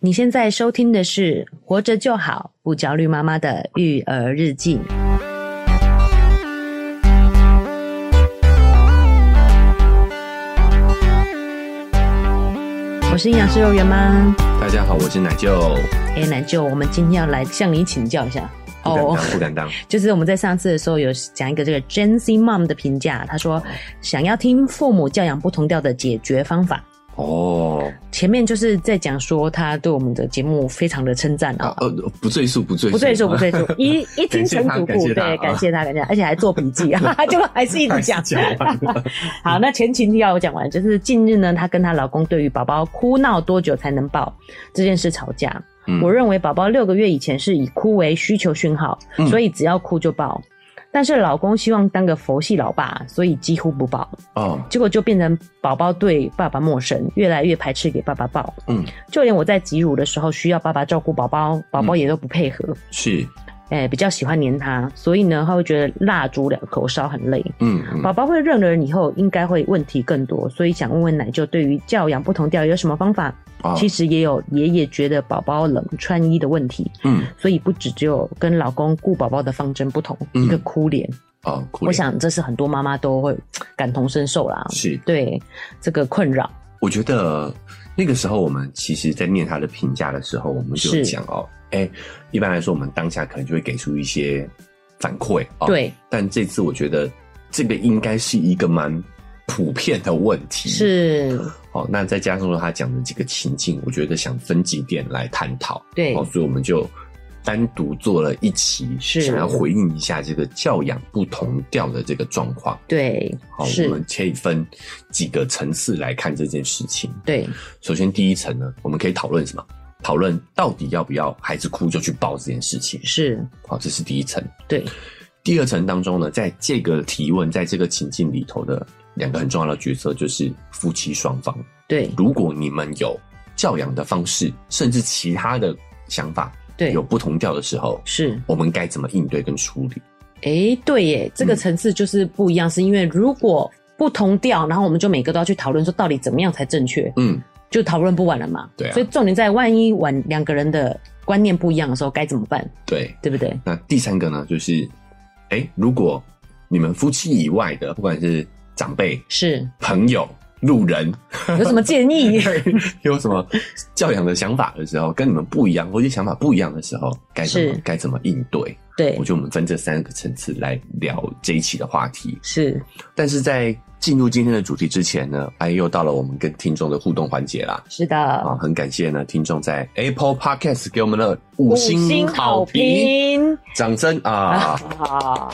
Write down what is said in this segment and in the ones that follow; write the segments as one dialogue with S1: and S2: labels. S1: 你现在收听的是《活着就好，不焦虑妈妈的育儿日记》。我是营养师肉圆妈，
S2: 大家好，我是奶舅。
S1: 哎，奶舅，我们今天要来向你请教一下哦
S2: 不敢当，不 敢当。
S1: 就是我们在上次的时候有讲一个这个 Gen Z Mom 的评价，她说想要听父母教养不同调的解决方法。
S2: 哦，
S1: 前面就是在讲说他对我们的节目非常的称赞啊
S2: 啊，呃，不赘述，不赘述，
S1: 不赘述不赘述， 一一听
S2: 感谢
S1: 成
S2: 他
S1: 主
S2: 啊感
S1: 顾，对
S2: 谢他啊，
S1: 感谢他，感谢他，而且还做笔 记啊，就还是一直
S2: 还是
S1: 讲。
S2: 讲完了
S1: 好，那前情提要我讲完，就是近日呢，她跟她老公对于宝宝哭闹多久才能抱这件事吵架。
S2: 嗯
S1: 我认为宝宝六个月以前是以哭为需求讯号，
S2: 嗯
S1: 所以只要哭就抱。但是老公希望当个佛系老爸，所以几乎不抱，
S2: 哦，
S1: 结果就变成宝宝对爸爸陌生，越来越排斥给爸爸抱。
S2: 嗯，
S1: 就连我在挤乳的时候需要爸爸照顾宝宝，宝
S2: 嗯
S1: 宝也都不配合，
S2: 是，
S1: 哎、比较喜欢黏他，所以呢，他会觉得蜡烛两头烧很累。
S2: 嗯嗯，
S1: 宝宝会认人以后，应该会问题更多，所以想问问奶舅，对于教养不同调有什么方法？
S2: 哦
S1: 其实也有爷爷觉得宝宝冷穿衣的问题，
S2: 嗯
S1: 所以不只只有跟老公顾宝宝的方针不同，
S2: 嗯
S1: 一个哭脸，
S2: 哦，哭
S1: 我
S2: 脸
S1: 想这是很多妈妈都会感同身受啦。
S2: 是，
S1: 对这个困扰，
S2: 我觉得那个时候我们其实，在念他的评价的时候，我们就是有讲哦，哎，一般来说，我们当下可能就会给出一些反馈哦，，
S1: 对，
S2: 但这次我觉得这个应该是一个蛮普遍的问题，。
S1: 是，
S2: 哦，那再加上说他讲的几个情境，我觉得想分几点来探讨。
S1: 对
S2: 哦，所以我们就单独做了一期，
S1: 是
S2: 想要回应一下这个教养不同调的这个状况。
S1: 对，
S2: 好，我
S1: 是
S2: 们，可以分几个层次来看这件事情。
S1: 对，
S2: 首先，第一层呢，我们可以讨论什么？讨论到底要不要孩子哭就去抱这件事情。
S1: 是，
S2: 好，这是第一层。
S1: 对，
S2: 第二层当中呢，在这个提问，在这个情境里头的两个很重要的角色就是夫妻双方。
S1: 对，
S2: 如果你们有教养的方式，甚至其他的想法，
S1: 对
S2: 有，不同调的时候，
S1: 是。
S2: 我们该怎么应对跟处理？
S1: 诶，对耶，
S2: 嗯
S1: 这个层次就是不一样，是因为如果不同调，然后我们就每个都要去讨论说到底怎么样才正确，
S2: 嗯，
S1: 就讨论不完了嘛。
S2: 对啊
S1: 所以重点在万一晚两个人的观念不一样的时候该怎么办，
S2: 对。
S1: 对不对？
S2: 那第三个呢，就是，哎、如果你们夫妻以外的，不管是长辈、
S1: 是
S2: 朋友、路人，
S1: 有什么建议？
S2: 有什么教养的想法的时候，跟你们不一样，或者想法不一样的时候，该怎么
S1: 是
S2: 该怎么应对？
S1: 对
S2: 我，觉得我们分这三个层次来聊这一期的话题。
S1: 是
S2: 但是在进入今天的主题之前呢，哎，又到了我们跟听众的互动环节啦。
S1: 是的，
S2: 啊，很感谢呢，听众在 Apple Podcast 给我们的五星好评，
S1: 评
S2: 掌声啊
S1: 啊！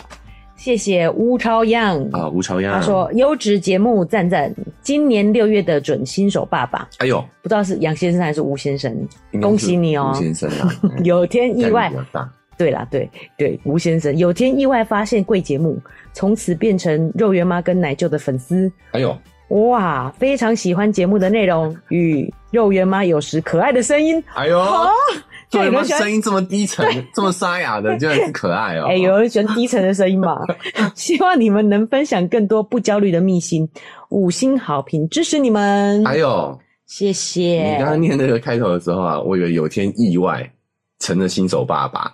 S1: 谢谢乌超样
S2: 啊！吴朝阳
S1: 他，说：“优质节目赞赞，今年六月的准新手爸爸，
S2: 哎呦，
S1: 不知道是杨先生还是吴先生，
S2: 应该是
S1: 恭喜你哦，
S2: 吴！先生啊
S1: 有天意
S2: 压
S1: 外
S2: 力比，较大，
S1: 对啦，对对，吴先生有天意外发现贵节目，从此变成肉圆妈跟奶舅的粉丝，
S2: 哎呦，
S1: 哇，非常喜欢节目的内容与肉圆妈有时可爱的声音。”
S2: 哎呦，
S1: 哦，
S2: 怎
S1: 对有
S2: 么
S1: 人喜欢
S2: 声音这么低沉， 这么沙哑的，真的是可爱哦！
S1: 哎、有人喜欢低沉的声音 嘛？希望你们能分享更多不焦虑的秘辛，五星好评支持你们，
S2: 哎呦，
S1: 谢谢。
S2: 你刚刚念那个开头的时候啊，我以为有天意外成了新手 爸爸，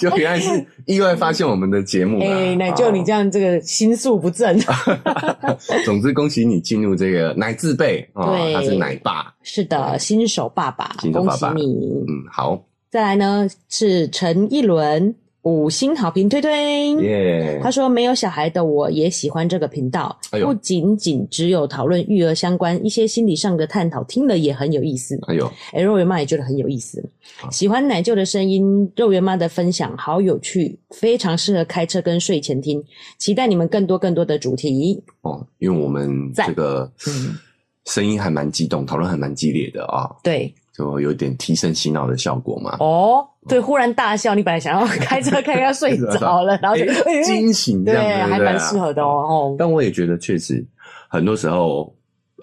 S2: 就原来是意外发现我们的节目啊啦。
S1: 哎、奶舅，你这
S2: 样、
S1: 样这个心术不正。
S2: 啊总之恭喜你进入这个奶字辈啊，
S1: 对
S2: 他是奶爸。
S1: 是的，新手爸爸，
S2: 新手爸爸
S1: 恭喜你。
S2: 嗯，好
S1: 再来呢是陈一伦五星好评推推。
S2: 耶
S1: 他说：“没有小孩的我也喜欢这个频道，
S2: 哎呦
S1: 不仅仅只有讨论育儿相关一些心理上的探讨，听了也很有意思。
S2: 哎呦，
S1: 哎，肉圆妈也觉得很有意思，
S2: 好
S1: 喜欢奶舅的声音，肉圆妈的分享好有趣，非常适合开车跟睡前听。期待你们更多更多的主题。
S2: 哦，因为我们
S1: 赞
S2: 这个
S1: 嗯
S2: 声音还蛮激动，讨论还蛮激烈的啊、
S1: 对
S2: 就有点提升洗脑的效果嘛。
S1: 哦，对，忽然大笑，你本来想要开车开开 睡着了，然后就、
S2: 啊哎惊醒这
S1: 对
S2: 样，对不对
S1: 还
S2: 啊
S1: 蛮适合的哦。哦
S2: 但我也觉得确实很多时候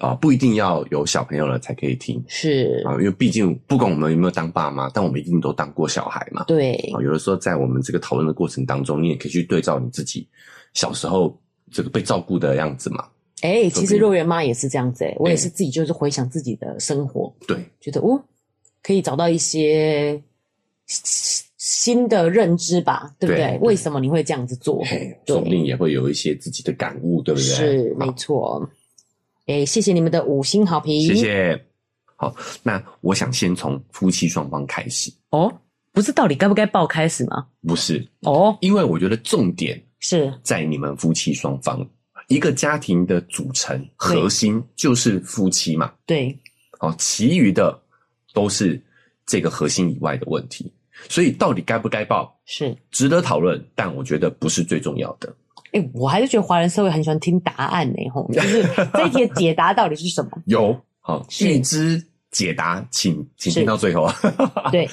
S2: 啊、不一定要有小朋友了才可以听
S1: 是
S2: 啊、因为毕竟不管我们有没有当爸妈，但我们一定都当过小孩嘛。
S1: 对
S2: 啊、，有的时候在我们这个讨论的过程当中，你也可以去对照你自己小时候这个被照顾的样子嘛。
S1: 哎、其实
S2: 说不定
S1: 肉圆妈也是这样子、哎，我也
S2: 哎
S1: 是自己就是回想自己的生活，
S2: 对，
S1: 觉得哦，可以找到一些新新的认知吧，对不
S2: 对
S1: 对？
S2: 对
S1: 为什么你会这样子做？
S2: 嘿，
S1: 对
S2: 说不定也会有一些自己的感悟，对不对？
S1: 是没
S2: 好，
S1: 错。哎，谢谢你们的五星好评，
S2: 谢谢。好，那我想先从夫妻双方开始，
S1: 哦。不是到底该不该报开始吗？
S2: 不是，
S1: 哦，
S2: 因为我觉得重点
S1: 是
S2: 在你们夫妻双方，一个家庭的组成核心就是夫妻嘛，
S1: 对，
S2: 哦，其余的都是这个核心以外的问题，所以到底该不该报，
S1: 是。
S2: 值得讨论，但我觉得不是最重要的。
S1: 哎、我还是觉得华人社会很喜欢听答案呢、吼，就是这一题的解答到底是什么？
S2: 有好
S1: 是
S2: 哦预知解答，请请
S1: 是
S2: 听到最后啊。
S1: 对，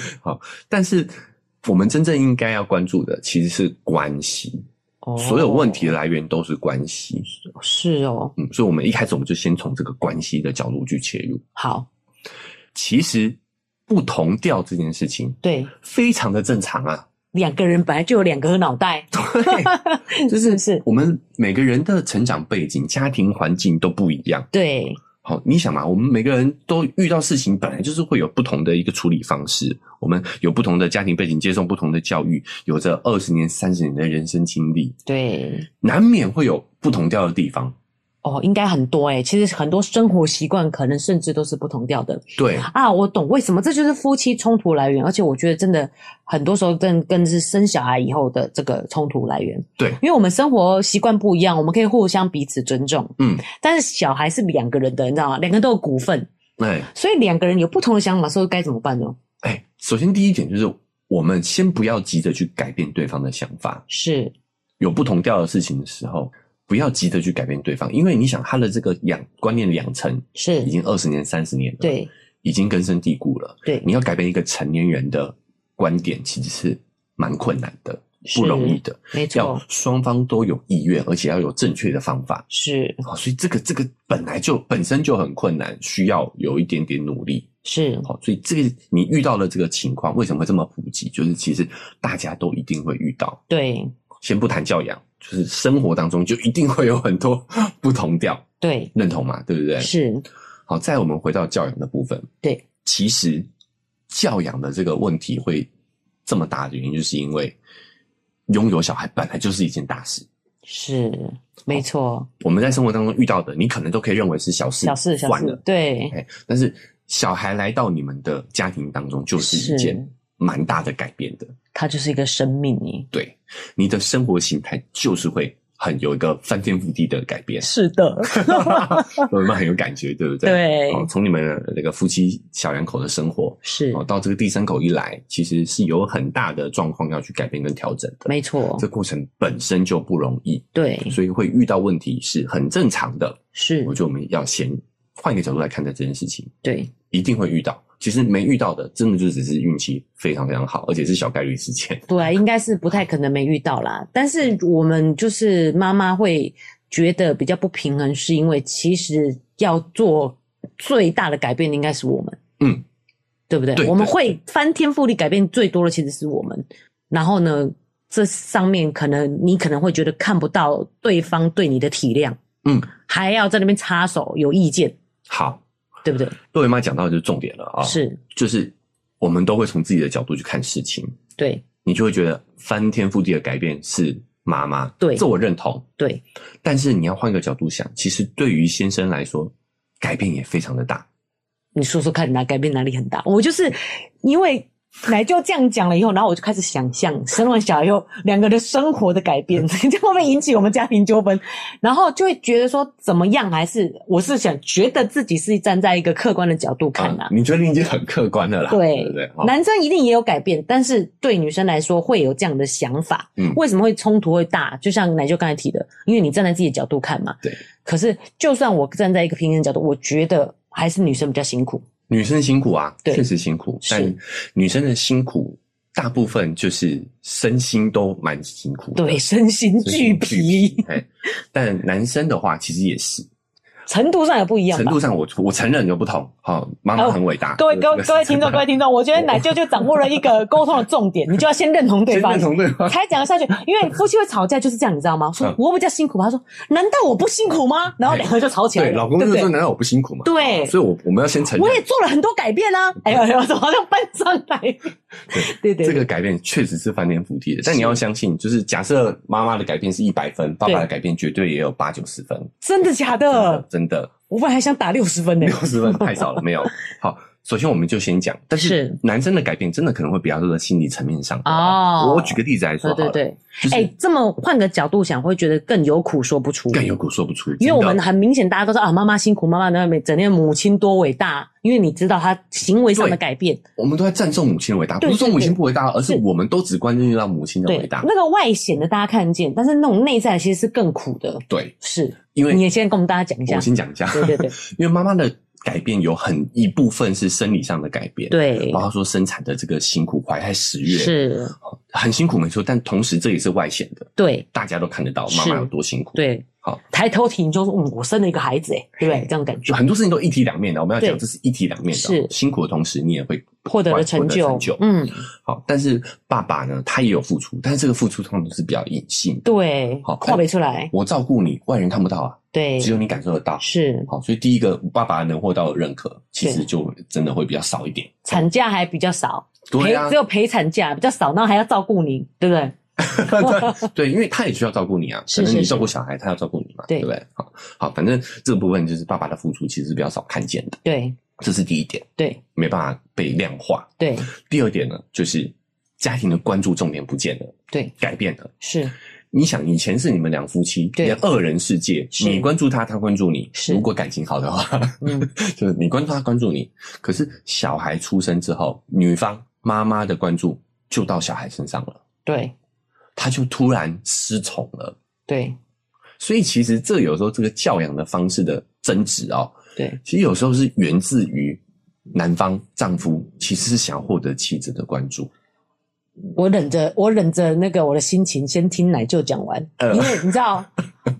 S2: 但是我们真正应该要关注的其实是关系，
S1: 哦
S2: 所有问题的来源都是关系。
S1: 是哦，
S2: 嗯，所以我们一开始我们就先从这个关系的角度去切入。
S1: 好，
S2: 其实不同调这件事情
S1: 对，
S2: 非常的正常啊，
S1: 两个人本来就有两个脑 袋，
S2: 对，就是
S1: 不是
S2: 我们每个人的成长背景、家庭环境都不一样。
S1: 对，
S2: 好，你想嘛，我们每个人都遇到事情，本来就是会有不同的一个处理方式。我们有不同的家庭背景，接受不同的教育，有着二十年、三十年的人生经历，
S1: 对，
S2: 难免会有不同调的地方。
S1: 哦，应该很多哎、其实很多生活习惯可能甚至都是不同调的
S2: 对，
S1: 啊。我懂为什么，这就是夫妻冲突来源，而且我觉得真的很多时候真的跟是生小孩以后的这个冲突来源。
S2: 对
S1: 因为我们生活习惯不一样，我们可以互相彼此尊重，
S2: 嗯，
S1: 但是小孩是两个人的，你知道吗？两个人都有股份，
S2: 哎
S1: 所以两个人有不同的想法，说该怎么办呢？
S2: 哎，首先第一点就是，我们先不要急着去改变对方的想法。
S1: 是
S2: 有不同调的事情的时候，不要急着去改变对方，因为你想他的这个养观念养成
S1: 是
S2: 已，经二十年、三十年了，，
S1: 对
S2: 已经根深蒂固了。
S1: 对，
S2: 你要改变一个成年人的观点，其实是蛮困难的，不容易的。
S1: 没
S2: 要
S1: 错，
S2: 双方都有意愿，而且要有正确的方法。
S1: 是
S2: 好，所以这个这个本来就本身就很困难，需要有一点点努力。
S1: 是
S2: 好，所以这个你遇到了这个情况，为什么会这么普及？就是其实大家都一定会遇到。
S1: 对
S2: 先不谈教养，就是生活当中就一定会有很多 不同调，
S1: 对
S2: 认同嘛？对不对？
S1: 是，
S2: 好，再我们回到教养的部分，
S1: 对，
S2: 其实教养的这个问题会这么大的原因，就是因为拥有小孩本来就是一件大事。
S1: 是
S2: 哦
S1: 没错，
S2: 我们在生活当中遇到的，你可能都可以认为是小事，
S1: 小事小
S2: 算
S1: 事
S2: 了，，
S1: 对
S2: 哎，但是小孩来到你们的家庭当中，就是一件
S1: 是
S2: 蛮大的改变的。
S1: 它就是一个生命耶。
S2: 对，你的生活形态就是会很有一个翻天覆地的改变。
S1: 是的，
S2: 我们很有感觉， 对不对？
S1: 对
S2: 哦，从你们的那个夫妻小两口的生活，
S1: 是
S2: 哦，到这个第三口一来，其实是有很大的状况要去改变跟调整的。
S1: 没错
S2: 这，过程本身就不容易，
S1: 对
S2: 所以会遇到问题是很正常的。
S1: 是
S2: 我，觉得我们要先换一个角度来看待这件事情，
S1: 对
S2: 一定会遇到。其实没遇到的，真的就只是运气非常非常好，而且是小概率事件。
S1: 对，啊应该是不太可能没遇到啦。但是我们就是妈妈会觉得比较不平衡，是因为其实要做最大的改变的应该是我们，
S2: 嗯，
S1: 对不对？
S2: 对
S1: 我们
S2: 对
S1: 会翻天覆地改变最多的其实是我们。然后呢，这上面可能你可能会觉得看不到对方对你的体谅，
S2: 嗯，
S1: 还要在那边插手有意见，
S2: 好，
S1: 对不对？
S2: 各位妈讲到的就是重点了啊、
S1: 是，
S2: 就是我们都会从自己的角度去看事情，
S1: 对，
S2: 你就会觉得翻天覆地的改变是妈妈，
S1: 对
S2: 这我认同。
S1: 对，
S2: 但是你要换个角度想，其实对于先生来说，改变也非常的大。
S1: 你说说看，哪改变哪里很大？我就是因为奶就这样讲了以后，然后我就开始想象生完小孩以后两个人生活的改 变，这会不会引起我们家庭纠纷？然后就会觉得说怎么样？还是我是想觉得自己是站在一个客观的角度看
S2: 啊
S1: 啊。
S2: 你觉得你已经很客观的啦，
S1: 对
S2: 不对？哦
S1: 男生一定也有改变，但是对女生来说会有这样的想法。
S2: 嗯
S1: 为什么会冲突会大？就像奶就刚才提的，因为你站在自己的角度看嘛。
S2: 对。
S1: 可是，就算我站在一个平衡角度，我觉得还是女生比较辛苦。
S2: 女生辛苦啊，
S1: 对
S2: 确实辛苦，
S1: 是
S2: 但女生的辛苦大部分就是身心都蛮辛苦的，
S1: 对，身心
S2: 身
S1: 俱
S2: 心
S1: 疲。。
S2: 哎，但男生的话其实也是，
S1: 程度上也不一样
S2: 程
S1: 吧
S2: 度。上我我承认有不同。好、妈妈
S1: 哦
S2: 很伟大。
S1: 各位各位
S2: 这个
S1: 各位听众，各位听众，我觉得奶舅就掌握了一个沟通的重点，你就要先认同对
S2: 先
S1: 方
S2: 认，同对方。
S1: 才讲得下去。因为夫妻会吵架就是这样，你知道吗？说
S2: 嗯
S1: 我比较辛苦吧，他说难道我不辛苦吗？然后两个就吵起来
S2: 对，
S1: 了，
S2: 老公就
S1: 对
S2: 说：“
S1: 不
S2: 难道我不辛苦吗？”
S1: 对？对，
S2: 所以我我们要先承
S1: 我也
S2: 认，
S1: 做了很多改变啊！哎呦哎呦，怎么好像搬上 来？对对，
S2: 这个改变确实是翻天覆地的。但
S1: 是
S2: 你要相信，就是假设妈妈的改变是一百分，爸
S1: 对嗯
S2: 爸的改变绝对也有八九十分。
S1: 真的假的？
S2: 真的，
S1: 我本来还想打六十分呢
S2: 六。十分太少了， 没有。好，首先我们就先讲，但是
S1: 是
S2: 男生的改变真的可能会比较多在心理层面上。啊
S1: 哦
S2: 我我举个例子来说
S1: 对
S2: 好
S1: 对
S2: 了，
S1: 对，
S2: 就
S1: 哎、
S2: 是
S1: 这么换个角度想，会觉得更有苦说不出。
S2: 更有苦说不出，
S1: 因为
S2: 真
S1: 我
S2: 的
S1: 们很明显，大家都说啊，妈妈辛苦，妈妈那每整天母亲多伟大，因为你知道她行为上的
S2: 对
S1: 改变，
S2: 我们都在赞颂母亲的伟大，
S1: 对
S2: 不是说
S1: 对
S2: 母亲
S1: 对
S2: 不伟大，而是
S1: 是
S2: 我们都只关注到母亲的
S1: 对
S2: 伟大。
S1: 那个外显的大家看得见，但是那种内在其实是更苦的。
S2: 对，
S1: 是，你
S2: 因为
S1: 也先跟我们大家讲一下
S2: 我，先讲一下，
S1: 对对对
S2: 因为妈妈的改变有很一部分是生理上的改变，，
S1: 对
S2: 包，括说生产的这个辛苦，怀胎十月
S1: 是，
S2: 很辛苦没错，但同时这也是外显的，
S1: 对
S2: 大家都看得到妈妈
S1: 是
S2: 有多辛苦，，
S1: 对。
S2: 好，嗯
S1: 抬头挺胸说：“嗯，我生了一个孩子，哎，对不对？这样感觉
S2: 就很多事情都一体两面的，我们要
S1: 对
S2: 讲这是一体两面的，
S1: 是
S2: 哦辛苦的同时你也会
S1: 获得了成就，
S2: 成就，
S1: 嗯，
S2: 好，但是爸爸呢，他也有付出，但是这个付出通常都是比较隐性的，
S1: 对，
S2: 好
S1: 跨没出来，
S2: 我照顾你，外人看不到啊，
S1: 对，
S2: 只有你感受得到，
S1: 是
S2: 好，所以第一个爸爸能获到的认可，其实
S1: 对
S2: 就真的会比较少一点。
S1: 产假还比较少，
S2: 对
S1: 陪
S2: 啊
S1: 只，有陪产假比较少，然后还要照顾你，对不对？
S2: 对 对，因为他也需要照顾你啊，
S1: 是
S2: 可能
S1: 是
S2: 你
S1: 是
S2: 照顾小孩，他要照顾你嘛，
S1: 对
S2: 对不对？好，好，反正这个部分就是爸爸的付出其实是比较少看见的，
S1: 对
S2: 这是第一点，
S1: 对
S2: 没办法被量化。
S1: 对
S2: 第二点呢，就是家庭的关注重点不见了，
S1: 对，
S2: 改变了。
S1: 是
S2: 你想，以前是你们两夫妻，
S1: 对
S2: 二人世界，
S1: 是
S2: 你关注他，他关注你。
S1: 是
S2: 如果感情好的话，
S1: 嗯
S2: 就是你关注他，关注你。可是小孩出生之后，女方妈妈的关注就到小孩身上了，
S1: 对
S2: 他就突然失宠了。
S1: 对
S2: 所以其实这有时候这个教养的方式的争执哦，
S1: 对
S2: 其实有时候是源自于男方丈夫其实是想获得妻子的关注。
S1: 我忍着，我忍着那个我的心情，先听奶舅讲完，
S2: 呃
S1: 因为你知 道，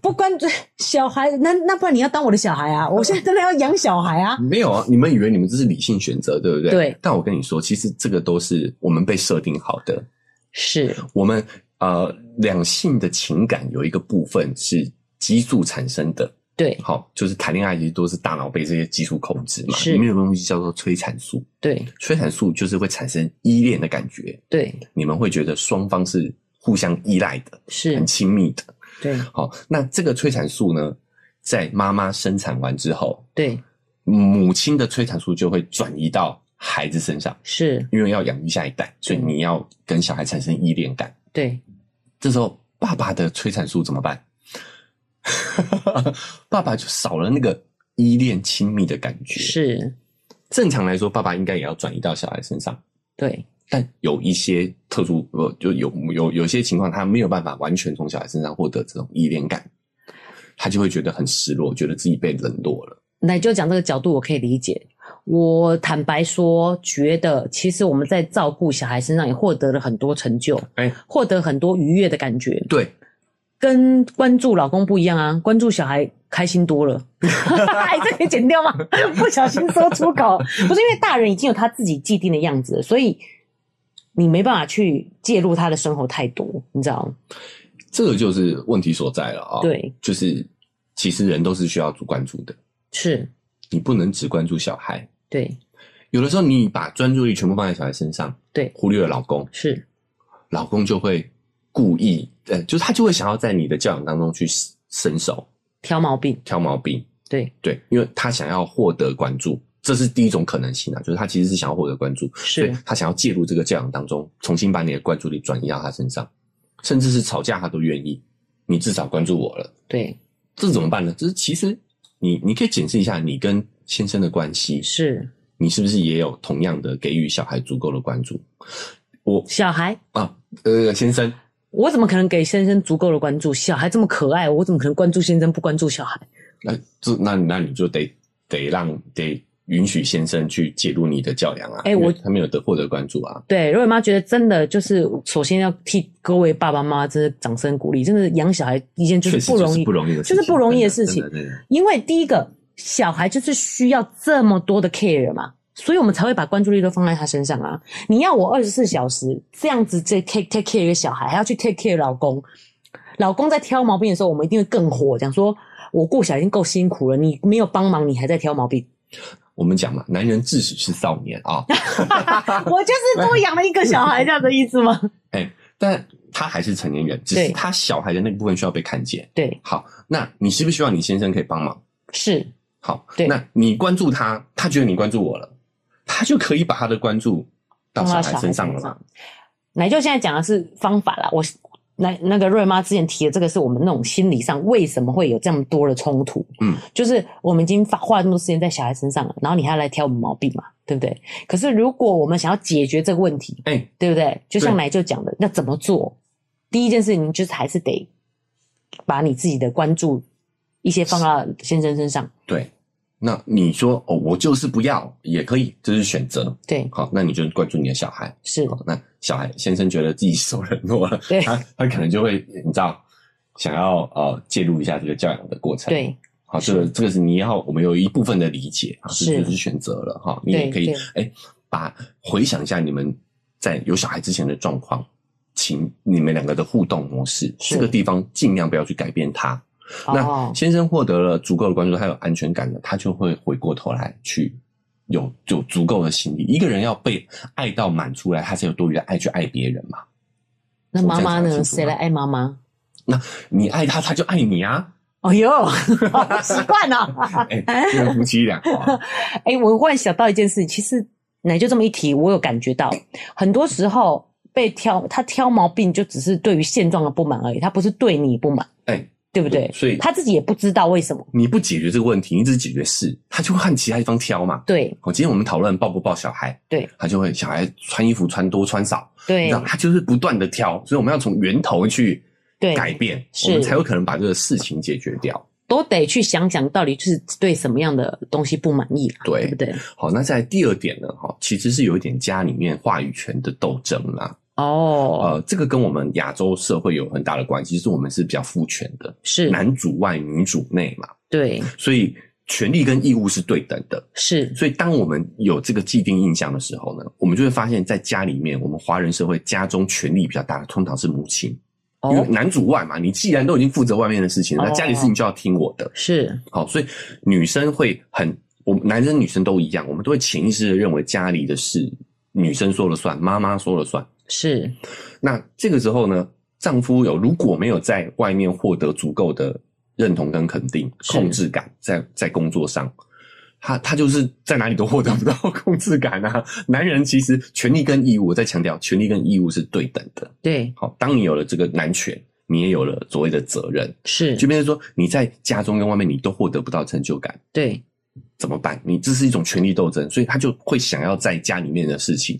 S1: 不关注小孩，那那不然你要当我的小孩啊！我现在真的要养小孩啊！
S2: 没有啊，你们以为你们这是理性选择，对不对？
S1: 对。
S2: 但我跟你说，其实这个都是我们被设定好的。
S1: 是
S2: 我们呃，两性的情感有一个部分是激素产生的，
S1: 对
S2: 好，就是谈恋爱其实都是大脑被这些激素控制嘛，
S1: 是
S2: 里面有个东西叫做催产素，
S1: 对
S2: 催产素就是会产生依恋的感觉，
S1: 对
S2: 你们会觉得双方是互相依赖的，
S1: 是
S2: 很，亲密的。
S1: 对
S2: 好，那这个催产素呢，在妈妈生产完之后，
S1: 对
S2: 母亲的催产素就会转移到孩子身上，
S1: 是，
S2: 因为要养育下一代，所以你要跟小孩产生依恋感。
S1: 对
S2: 这时候，爸爸的催产素怎么办？ 爸爸就少了那个依恋亲密的感觉。
S1: 是，
S2: 正常来说，爸爸应该也要转移到小孩身上，
S1: 对
S2: 但有一些特殊，呃，就有有有些情况，他没有办法完全从小孩身上获得这种依恋感，他就会觉得很失落，觉得自己被冷落了。
S1: 奶就讲这个角度，我可以理解。我坦白说，觉得其实我们在照顾小孩身上也获得了很多成就，
S2: 哎、
S1: 获得很多愉悦的感觉，
S2: 对，
S1: 跟关注老公不一样啊。关注小孩开心多了， 哎，这可以剪掉 吗？不小心说出口，不是因为大人已经有他自己既定的样子了，所以你没办法去介入他的生活太多，你知道吗？
S2: 这个就是问题所在了啊、，
S1: 对，
S2: 就是其实人都是需要主关注的，
S1: 是，
S2: 你不能只关注小孩。
S1: 对，
S2: 有的时候，你把专注力全部放在小孩身上，
S1: 对
S2: 忽略了老公，
S1: 是，
S2: 老公就会故意，呃，就是他就会想要在你的教养当中去伸手
S1: 挑毛病，
S2: 挑毛病，
S1: 对，
S2: 对，因为他想要获得关注，这是第一种可能性啊，就是他其实是想要获得关注，所以
S1: 是，
S2: 他想要介入这个教养当中，重新把你的关注力转移到他身上，甚至是吵架他都愿意，你至少关注我了，
S1: 对，
S2: 这怎么办呢？就是其实你你可以检视一下你跟先生的关系，
S1: 是
S2: 你是不是也有同样的给予小孩足够的关注？我
S1: 小孩。
S2: 啊，呃，先生，
S1: 我怎么可能给先生足够的关注？小孩这么可爱，我怎么可能关注先生不关注小孩？
S2: 那这那那你就得得让得允许先生去介入你的教养啊。
S1: 哎
S2: 因为
S1: 我
S2: 他没有得获得关注啊。
S1: 对，瑞妈觉得真的就是，首先要替各位爸爸妈妈真的掌声鼓励，真的养小孩一件就
S2: 确
S1: 是
S2: 实
S1: 不容
S2: 就
S1: 易
S2: 是不，容易的事情，
S1: 就是不容易的事情
S2: 真的真的真的
S1: 因为第一个小孩就是需要这么多的 care 嘛，所以我们才会把关注力都放在他身上啊。你要我二十四小时这样子这 take take care 一个小孩，还要去 take care 老公，老公在挑毛病的时候，我们一定会更火，讲说我顾小已经够辛苦了，你没有帮忙，你还在挑毛病。
S2: 我们讲嘛，男人至始是少年 啊，
S1: 我就是多养了一个小孩，这样的意思吗？
S2: 但他还是成年人，只
S1: 对
S2: 是他小孩的那个部分需要被看见。
S1: 对，
S2: 好，那你希不希望你先生可以帮忙？
S1: 是，
S2: 好，
S1: 对
S2: 那你关注他，他觉得你关注我了，他就可以把他的关注到小孩身上了嘛？
S1: 奶舅现在讲的是方法啦，我那那个瑞妈之前提的这个是我们那种心理上为什么会有这么多的冲突？
S2: 嗯，
S1: 就是我们已经花花了那么多时间在小孩身上了，然后你还要来挑我们毛病嘛，对不对？可是如果我们想要解决这个问题，
S2: 哎、
S1: 对不对？就像
S2: 对
S1: 奶舅讲的，那怎么做？第一件事情就是还是得把你自己的关注一些放到先生身上，
S2: 对，那你说哦，我就是不要也可以，这是选择。
S1: 对，
S2: 好，那你就关注你的小孩。
S1: 是，
S2: 好，哦那小孩先生觉得自己手软弱了，
S1: 对
S2: 他他可能就会你知道想要呃介入一下这个教养的过程。，
S1: 对，
S2: 好，这个这个是你要我们有一部分的理解啊，
S1: 是
S2: 这就是选择了哈，你
S1: 对
S2: 也可以
S1: 对
S2: 哎把回想一下你们在有小孩之前的状况，请你们两个的互动模式，
S1: 是
S2: 这个地方尽量不要去改变它。那
S1: 哦，
S2: 先生获得了足够的关注，他有安全感了，他就会回过头来去有有足够的心理。一个人要被爱到满出来，他才有多余的爱去爱别人嘛。
S1: 那妈妈
S2: 我这样讲
S1: 呢？
S2: 清楚吗
S1: 谁来爱妈妈？嗯
S2: 你爱他，他就爱 你啊！
S1: 哦呦，好习惯哦。
S2: 哎、这个夫啊妻俩，哇
S1: 哎、我忽然想到一件事，其实奶就这么一提，我有感觉到，很多时候被挑他挑毛病，就只是对于现状的不满而已，他不是对你不满，
S2: 哎、
S1: 对不 对？
S2: 所以
S1: 他自己也不知道为什么。
S2: 你不解决这个问题，你只解决事，他就会和其他地方挑嘛。
S1: 对
S2: 好，今天我们讨论抱不抱小孩，
S1: 对，
S2: 他就会小孩穿衣服穿多穿少，
S1: 对
S2: 那他就是不断的挑，所以我们要从源头去
S1: 对，
S2: 改变，
S1: 是
S2: 我们才有可能把这个事情解决掉。
S1: 都得去想想到底是对什么样的东西不满意啦，啊
S2: 对
S1: 对不对？
S2: 好，那在第二点呢，哈，其实是有一点家里面话语权的斗争啦。
S1: 哦，
S2: 呃，这个跟我们亚洲社会有很大的关系，就是我们是比较父权的，
S1: 是，
S2: 男主外女主内嘛，
S1: 对，
S2: 所以权利跟义务是对等的。
S1: 是，
S2: 所以当我们有这个既定印象的时候呢，我们就会发现，在家里面，我们华人社会家中权力比较大的通常是母亲，因为
S1: 哦，
S2: 男主外嘛，你既然都已经负责外面的事情了，那家里事情就要听我的。
S1: 是，
S2: 好，所以女生会很，我们男生女生都一样，我们都会潜意识的认为家里的事女生说了算，妈妈说了算。
S1: 是，
S2: 那这个时候呢，丈夫有如果没有在外面获得足够的认同跟肯定、
S1: 是
S2: 控制感，在在工作上。他他就是在哪里都获得不到 控制感啊！男人其实权利跟义务，我再强调，权利跟义务是对等的。
S1: 对，
S2: 好，当你有了这个男权，你也有了所谓的责任，
S1: 是，
S2: 就变成说你在家中跟外面你都获得不到成就感，
S1: 对，
S2: 怎么办？你这是一种权力斗争，所以他就会想要在家里面的事情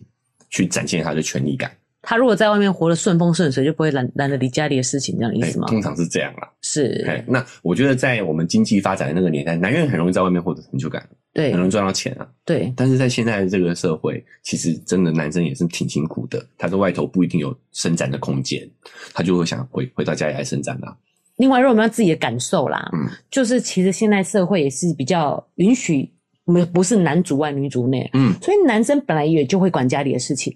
S2: 去展现他的权力感。
S1: 他如果在外面活得顺风顺水，就不会懒懒得理家里的事情，这样的意
S2: 哎
S1: 思吗？
S2: 通常是这样啦。哎
S1: 是，，
S2: 那我觉得在我们经济发展的那个年代，男人很容易在外面获得成就感，
S1: 对
S2: 很容易赚到钱啊。
S1: 对
S2: 但是在现在的这个社会，其实真的男生也是挺辛苦的，他在外头不一定有伸展的空间，他就会想回回到家里来伸展啦、啊
S1: 另外，如果我们要自己的感受啦，
S2: 嗯
S1: 就是其实现在社会也是比较允许，我们不是男主外女主内，
S2: 嗯，
S1: 所以男生本来也就会管家里的事情。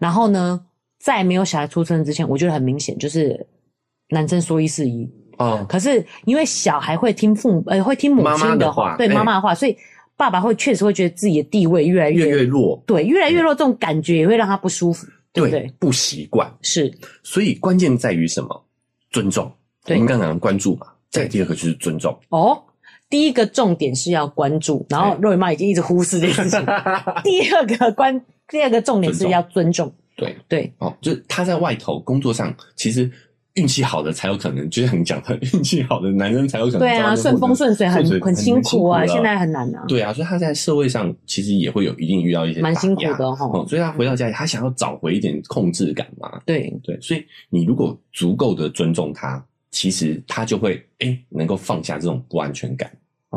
S1: 然后呢，在没有小孩出生之前，我觉得很明显就是男生说一是一，
S2: 哦，
S1: 可是因为小孩会听父母，呃，会听母亲
S2: 妈妈的
S1: 话，
S2: 话
S1: 对
S2: 哎
S1: 妈妈的话，所以爸爸会确实会觉得自己的地位越来
S2: 越越弱，
S1: 对越
S2: 嗯
S1: 来越弱，这种感觉也会让他不舒服，对不对？
S2: 不习惯。
S1: 是
S2: 所以关键在于什么？尊重。我
S1: 对
S2: 们刚刚讲关注嘛，
S1: 对
S2: 再第二个就是尊重。
S1: 哦，第一个重点是要关注，然后
S2: 对
S1: 若雨妈已经一直忽视这件事情。 第二个关，第二个重点是要尊重，
S2: 对，
S1: 对，
S2: 哦，就是他在外头工作上，其实运气好的才有可能，就像你讲的，运气好的男人才有可能
S1: 对
S2: 在外
S1: 啊，
S2: 面
S1: 顺风顺水很
S2: 顺水
S1: 很辛苦啊，
S2: 了
S1: 现在很难啊，
S2: 对啊，所以他在社会上其实也会有一定遇到一些
S1: 蛮
S2: 打
S1: 辛苦
S2: 压
S1: 的哈
S2: 哦，。所以他回到家里，他想要找回一点控制感嘛。
S1: 对，
S2: 对，所以你如果足够的尊重他，其实他就会哎、诶能够放下这种不安全感，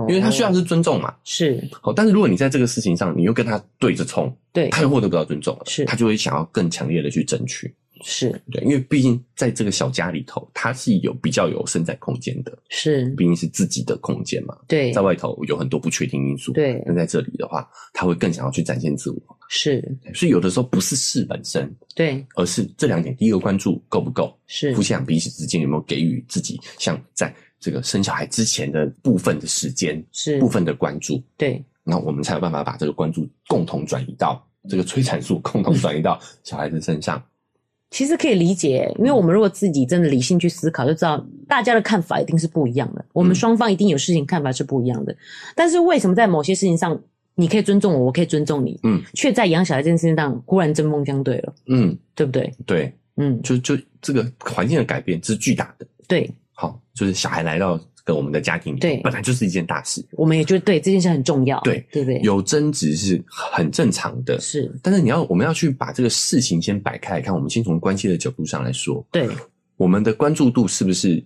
S2: 因为他需要
S1: 哦
S2: 的是尊重嘛。
S1: 是，
S2: 好，但是如果你在这个事情上，你又跟他对着冲，
S1: 对，
S2: 他又获得不到尊重了，
S1: 是
S2: 他就会想要更强烈的去争取。
S1: 是
S2: 对，因为毕竟在这个小家里头，它是有比较有生长空间的，
S1: 是，
S2: 毕竟是自己的空间嘛。
S1: 对
S2: 在外头有很多不确定因素，
S1: 对
S2: 但在这里的话，他会更想要去展现自我，
S1: 是，
S2: 所以有的时候不是事本身，
S1: 对
S2: 而是这两点：第一个关注够不够，
S1: 是
S2: 夫妻俩彼此之间有没有给予自己像在这个生小孩之前的部分的时间、
S1: 是
S2: 部分的关注，
S1: 对
S2: 那我们才有办法把这个关注共同转移到这个催产素共同转移到小孩子身上。
S1: 其实可以理解，因为
S2: 嗯
S1: 我们如果自己真的理性去思考，就知道大家的看法一定是不一样的。我
S2: 嗯
S1: 们双方一定有事情看法是不一样的，但是为什么在某些事情上你可以尊重我，我可以尊重你，
S2: 嗯，
S1: 却在养小孩这件事情上忽然针锋相对了，
S2: 嗯，
S1: 对不对？
S2: 对，
S1: 嗯，
S2: 就就这个环境的改变是巨大的。
S1: 对，
S2: 好，就是小孩来到跟我们的家庭里，
S1: 对
S2: 本来就是一件大事，
S1: 我们也觉得对这件事很重要，
S2: 对
S1: 对不对？
S2: 有争执是很正常的。
S1: 是，
S2: 但是你要，我们要去把这个事情先摆开来看，我们先从关系的角度上来说，
S1: 对
S2: 我们的关注度是不是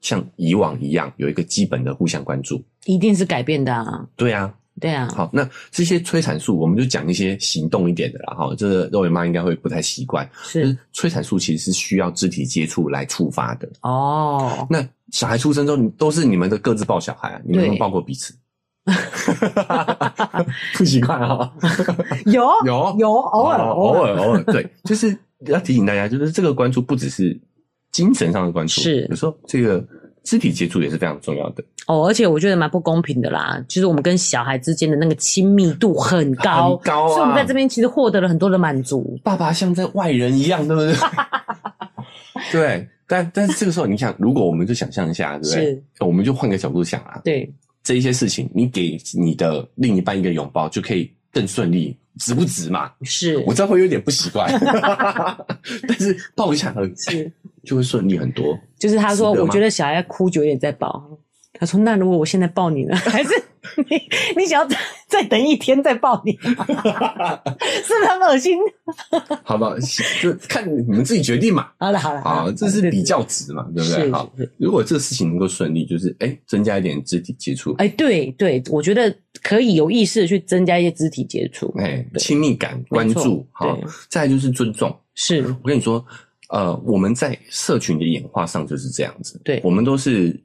S2: 像以往一样有一个基本的互相关注？
S1: 一定是改变的啊，
S2: 对啊，
S1: 对啊，
S2: 好，那这些催产素，我们就讲一些行动一点的啦。哈，这个肉圆妈应该会不太习惯，就是是催产素其实是需要肢体接触来触发的。
S1: 哦，
S2: 那小孩出生之后，你都是你们的各自抱小孩啊，你们有没有
S1: 对
S2: 抱过 彼此？不习惯啊，
S1: 有
S2: 有
S1: 有偶尔
S2: 哦
S1: 偶
S2: 偶
S1: 尔
S2: 尔偶尔，对，就是要提醒大家，就是这个关注不只是精神上的关注，
S1: 是
S2: 有时候这个肢体接触也是非常重要的，
S1: 哦，而且我觉得蛮不公平的啦，就是我们跟小孩之间的那个亲密度很高，
S2: 很高啊。
S1: 所以我们在这边其实获得了很多的满足。
S2: 爸爸像在外人一样，对不 对？对，但但是这个时候，你想，如果我们就想象一下，对不对
S1: 是？
S2: 我们就换个角度想啊，
S1: 对，
S2: 这一些事情，你给你的另一半一个拥抱，就可以更顺利，值不值嘛？
S1: 是
S2: 我知道会有点不习 惯，但是抱一下而已
S1: 是，
S2: 就会顺利很多。
S1: 就是他说，
S2: 值得
S1: 我
S2: 吗
S1: 觉得小孩哭久一点再抱。他说，那如果我现在抱你呢？ 还是你你想要再再等一天再抱你？是 不是很恶心？
S2: 好吧，就看你们自己决定 嘛。
S1: 好了好了，好
S2: 啊
S1: 了，
S2: 这是比，较值嘛，对
S1: 对
S2: 不
S1: 对
S2: 对？
S1: 是
S2: 好，
S1: 是是
S2: 如果这事情能够顺利，就是哎、增加一点肢体接触，
S1: 哎，对对，我觉得可以有意识的去增加一些肢体接触。
S2: 哎，
S1: 对
S2: 亲密感、关注，
S1: 没错
S2: 好
S1: 对，
S2: 再来就是尊重。
S1: 是
S2: 我跟你说，呃，我们在社群的演化上就是这样子，
S1: 对
S2: 我们都是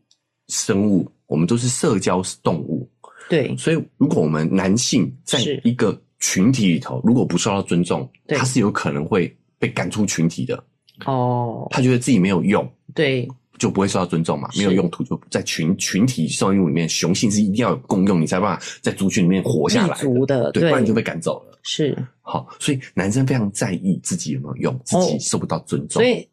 S2: 生物，我们都是社交动物，
S1: 对
S2: 所以如果我们男性在
S1: 是
S2: 一个群体里头，如果不受到尊重，
S1: 对
S2: 他是有可能会被赶出群体的，
S1: 哦，
S2: 他觉得自己没有用。
S1: 对
S2: 就不会受到尊重嘛，
S1: 是
S2: 没有用途，就在群群体受用里面，雄性是一定要有共用，你才有办法在族群里面活下
S1: 立
S2: 来的
S1: 足的，
S2: 对，不然你就被赶走了。
S1: 是，
S2: 好，所以男生非常在意自己有没有用，自己受不到尊
S1: 哦
S2: 重，
S1: 所以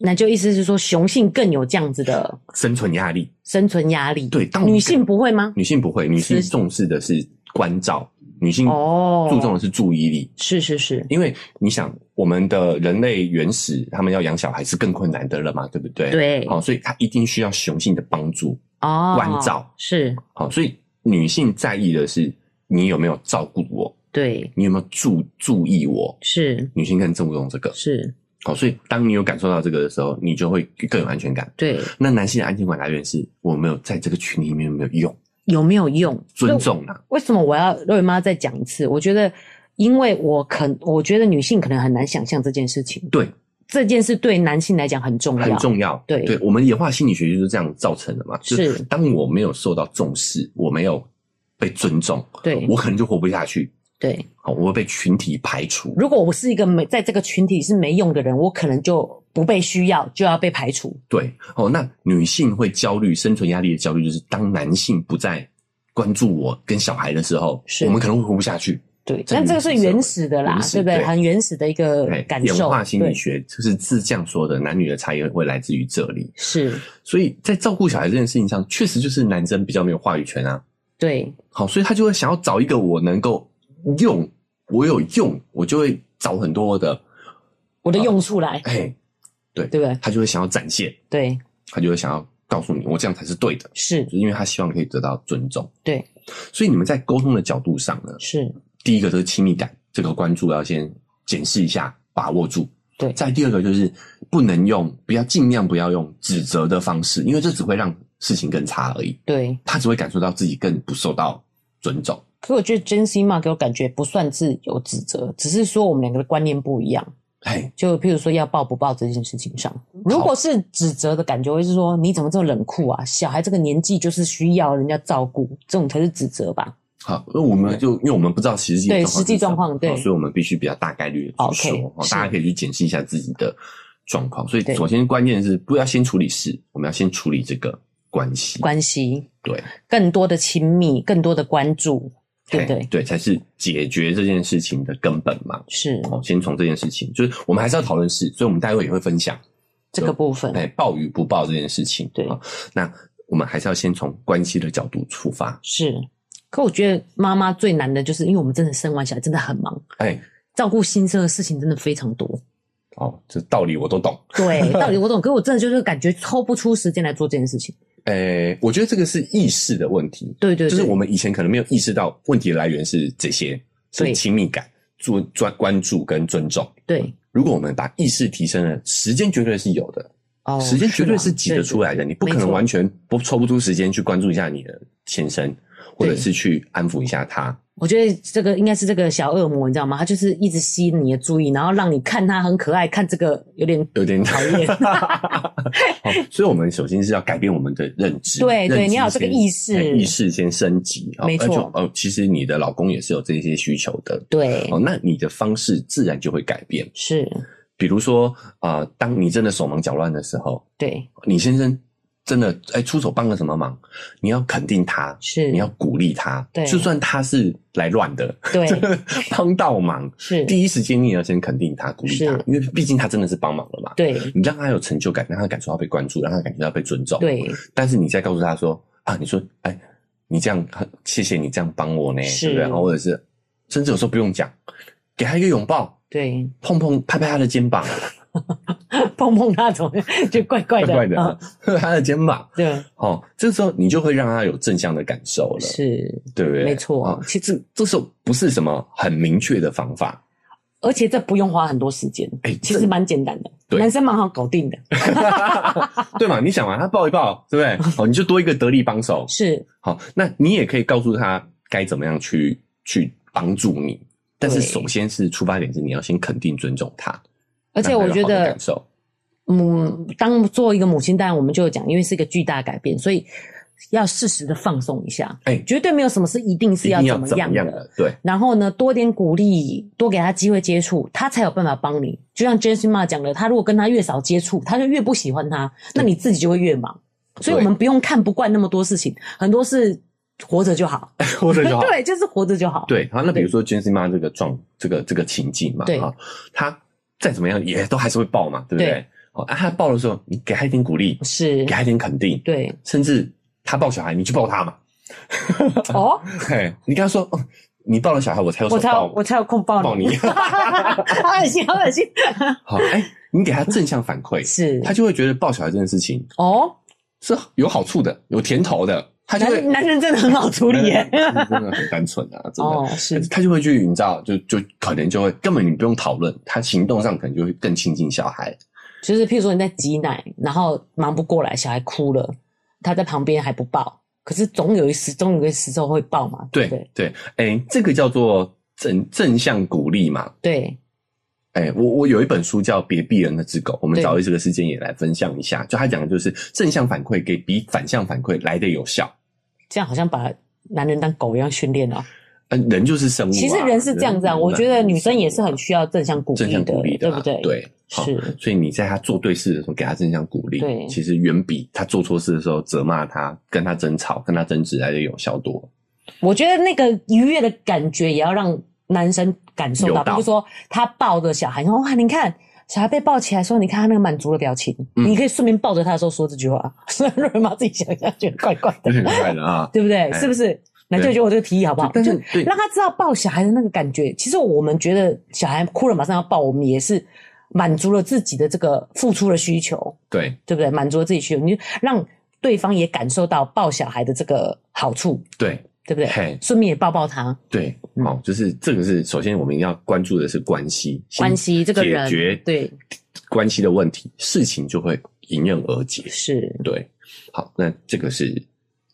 S1: 那就意思是说，雄性更有这样子的
S2: 生存压力。
S1: 生存压力。
S2: 对当我们
S1: 女性不会吗？
S2: 女性不会，女性
S1: 是
S2: 重视的是关照，女性
S1: 哦
S2: 注重的是注意力。
S1: 是是是，
S2: 因为你想，我们的人类原始，他们要养小孩是更困难的了嘛，对不对？。哦
S1: 对，
S2: 好，所以他一定需要雄性的帮助。
S1: 哦，
S2: 关照
S1: 是，
S2: 好，所以女性在意的是你有没有照顾我，
S1: 对，
S2: 你有没有注注意我。
S1: 是
S2: 女性更注重这个。
S1: 是，
S2: 好，所以当你有感受到这个的时候，你就会更有安全感。
S1: 对，
S2: 那男性的安全感来源是我没有在这个群里面有没有用，
S1: 有没有用？
S2: 尊重啊，
S1: 为什么我要肉圆妈再讲一次？我觉得，因为我肯，我觉得女性可能很难想象这件事情，
S2: 对，
S1: 这件事对男性来讲很重要，
S2: 很重要。
S1: 对
S2: 对我们演化心理学就是这样造成的嘛。就是当我没有受到重视，我没有被尊重，
S1: 对
S2: 我可能就活不下去。
S1: 对。
S2: 好，我会被群体排除。
S1: 如果我是一个没在这个群体是没用的人，我可能就不被需要，就要被排除。
S2: 对，哦，那女性会焦虑，生存压力的焦虑就是当男性不再关注我跟小孩的时候，
S1: 是
S2: 我们可能会活不下去。
S1: 对，
S2: 在
S1: 但这个是
S2: 原始社会
S1: 原始的啦
S2: 原，始
S1: 对不对？
S2: 对
S1: 很原始的一个
S2: 对，
S1: 感
S2: 哎演
S1: 受
S2: 化，心理
S1: 对，
S2: 学就是是这样说的，男女的差异会来自于这里。
S1: 是，
S2: 所以在照顾小孩这件事情上，确实就是男生比较没有话语权啊。
S1: 对，
S2: 好，所以他就会想要找一个我能够用，我有用，我就会找很多的，
S1: 我的用处来，
S2: 哎，
S1: 对不对？
S2: 他就会想要展现，
S1: 对，
S2: 他就会想要告诉你，我这样才是对的，
S1: 是
S2: 就是因为他希望可以得到尊重。
S1: 对，
S2: 所以你们在沟通的角度上呢，
S1: 是，
S2: 第一个就是亲密感，这个关注要先检视一下，把握住。
S1: 对
S2: 再第二个就是不能用，不要尽量不要用指责的方式，因为这只会让事情更差而已。
S1: 对。
S2: 他只会感受到自己更不受到尊重。
S1: 可我觉得 Jen C 嘛，给我感觉不算是有指责，只是说我们两个的观念不一样。
S2: 哎，
S1: 就譬如说要抱不抱这件事情上，如果是指责的感觉，会是说你怎么这么冷酷啊？小孩这个年纪就是需要人家照顾，这种才是指责吧？
S2: 好，那我们就因为我们不知道实际的
S1: 对
S2: 状况是
S1: 实际
S2: 什么
S1: 状况对
S2: 好所以我们必须比较大概率的
S1: OK，
S2: 去说，好哦
S1: 是
S2: 大家可以去检视一下自己的状况。所以
S1: 对
S2: 首先关键是不要先处理事，我们要先处理这个关系，
S1: 关系
S2: 对
S1: 更多的亲密，更多的关注，对不
S2: 嘿
S1: 对？
S2: 对，才是解决这件事情的根本嘛。
S1: 是
S2: 哦，先从这件事情，就是我们还是要讨论事，所以我们待会也会分享，
S1: 这个部分
S2: 哎，报与不报这件事情。
S1: 对
S2: 好那我们还是要先从关系的角度出发。
S1: 是。可我觉得妈妈最难的就是，因为我们真的生完小孩真的很忙，
S2: 哎，
S1: 照顾新生的事情真的非常多。
S2: 哦，这道理我都懂。
S1: 对，道理我懂，可是我真的就是感觉抽不出时间来做这件事情。
S2: 哎，我觉得这个是意识的问题，
S1: 对对对，
S2: 就是我们以前可能没有意识到问题的来源是这些，
S1: 对
S2: 是亲密感、注专关注跟尊重。
S1: 对
S2: 如果我们把意识提升了，时间绝对是有的，
S1: 哦，
S2: 时间绝对
S1: 啦
S2: 是挤得出来的，你不可
S1: 没
S2: 能
S1: 错
S2: 完全不抽不出时间去关注一下你的先生，或者
S1: 对
S2: 是去安抚一下他。
S1: 我觉得这个应该是这个小恶魔，你知道吗？他就是一直吸引你的注意，然后让你看他很可爱，看这个有点
S2: 有点
S1: 讨厌
S2: 好，所以我们首先是要改变我们的认知，
S1: 对对
S2: 认知
S1: 你要有这个
S2: 先
S1: 意识
S2: 哎意识先升级。哦
S1: 没错
S2: 而且哦，其实你的老公也是有这些需求的。
S1: 对
S2: 哦，，那你的方式自然就会改变。
S1: 是，
S2: 比如说，啊，当你真的手忙脚乱的时候，
S1: 对
S2: 你先生真的哎出手帮了什么忙，你要肯定他，
S1: 是，
S2: 你要鼓励他，
S1: 对
S2: 就算他是来乱的，
S1: 对
S2: 帮到忙，
S1: 是，
S2: 第一时间你也要先肯定他，鼓励他
S1: 是，
S2: 因为毕竟他真的是帮忙了嘛。
S1: 对
S2: 你让他有成就感，让他感受到被关注，让他感觉到被尊重。，
S1: 对
S2: 但是你再告诉他说啊，你说哎，你这样很谢谢你这样帮我呢，
S1: 是
S2: 对不对？或者是甚至有时候不用讲，给他一个拥抱，
S1: 对，
S2: 碰碰拍拍他的肩膀，
S1: 碰碰那种 就怪怪
S2: 怪
S1: 的，
S2: 怪的，
S1: 啊
S2: 拍 拍他的肩膀。
S1: 对，
S2: 哦，这时候你就会让他有正向的感受了，
S1: 是。
S2: 对不对？
S1: 没错
S2: 哦其实这时候不是什么很明确的方法，
S1: 而且这不用花很多时间，
S2: 哎
S1: 其
S2: 这
S1: 实蛮简单的，
S2: 对
S1: 男生蛮好搞 定的，
S2: 对嘛？你想嘛，他抱一抱，对不对？哦，你就多一个得力帮手。
S1: 是
S2: 好，那你也可以告诉他该怎么样去去帮助你，但是
S1: 对
S2: 首先是出发点是你要先肯定尊重他，
S1: 而且
S2: 让他
S1: 我
S2: 有
S1: 觉
S2: 好的
S1: 得
S2: 感受
S1: 嗯，当做一个母亲，当然我们就有讲，因为是一个巨大的改变，所以要适时的放松一下。
S2: 哎
S1: 绝对没有什么是一定
S2: 一
S1: 是
S2: 定要
S1: 怎
S2: 怎么
S1: 样
S2: 样
S1: 的。
S2: 的，对
S1: 然后呢，多点鼓励，多给他机会接触，他才有办法帮你。就像 Jason Ma 讲的，他如果跟他越少接触，他就越不喜欢他，那你自己就会越忙。所以我们不用看不惯那么多事情，很多事活着就好。
S2: 或者就好。
S1: 对，就是活着就好。
S2: 对，好，那比如说 j e n s i m a 这个状这个这个情境嘛，
S1: 对
S2: 啊，他再怎么样也都还是会爆嘛，对不对
S1: 对？
S2: 好啊，他爆的时候，你给他一点鼓励，
S1: 是
S2: 给，他一点肯定，
S1: 对，
S2: 甚至他抱小孩，你去抱他嘛，
S1: 哦，
S2: 嘿，你跟他说，哦，你抱了小孩，我才有手
S1: 我才
S2: 抱
S1: 有我才有空抱
S2: 抱
S1: 你。
S2: 你，
S1: 好恶心，好恶心。
S2: 好，哎、你给他正向反 馈，
S1: 是
S2: 他就会觉得抱小孩这件事情
S1: 哦，
S2: 是有好处的，有甜头的，他就会
S1: 男男人真的很好处理耶。
S2: 真的很单纯啊，真的。
S1: 哦，是
S2: 他就会去，你知道，就就可能就会根本你不用讨论，他行动上可能就会更亲近小孩。
S1: 就是譬如说你在挤奶，然后忙不过来，小孩哭了，他在旁边还不抱，可是总有一时，总有一个时候会抱嘛，
S2: 对
S1: 不对
S2: 对，哎、这个叫做正正向鼓励嘛。
S1: 对，
S2: 哎、我我有一本书叫《别逼人的只狗》，我们
S1: 对
S2: 找一这个时间也来分享一下。就他讲的就是正向反馈给比反向反馈来的有效。
S1: 这样好像把男人当狗一样训练哦。
S2: 嗯、人就是生物、啊，
S1: 其实人是这样子啊，
S2: 人
S1: 我觉得女生也是
S2: 生物
S1: 很
S2: 啊
S1: 需要正向鼓
S2: 正
S1: 励
S2: 向
S1: 的，
S2: 鼓励的
S1: 对
S2: 啦，
S1: 不对？，
S2: 对，好
S1: 是
S2: 所以你在他做对事的时候给他正向鼓励，
S1: 对
S2: 其实远比他做错事的时候责骂他、跟他争吵、跟他争执来的有效多。
S1: 我觉得那个愉悦的感觉也要让男生感受
S2: 有
S1: 到，
S2: 到
S1: 比如说他抱着小孩，然后哇，你看。小孩被抱起来说：“你看他那个满足的表情，
S2: 嗯
S1: 你可以顺便抱着他的时候说这句话。” 所以瑞妈自己想一下，觉得怪怪的。，
S2: 有点快的啊
S1: 对不对？是不是？那就觉得我这个提议好不好？
S2: 但是
S1: 就
S2: 对
S1: 让他知道抱小孩的那个感觉。其实我们觉得小孩哭了马上要抱，我们也是满足了自己的这个付出的需求，
S2: 对
S1: 对不对？满足了自己需求，你就让对方也感受到抱小孩的这个好处，
S2: 对
S1: 对不
S2: 嘿
S1: 对？顺便也抱抱他，
S2: 对，
S1: 嗯
S2: 好，就是这个是首先我们要关注的是关系，先
S1: 关系这个人
S2: 解决
S1: 对
S2: 关系的问题，事情就会迎刃而解。
S1: 是。
S2: 对，好，那这个是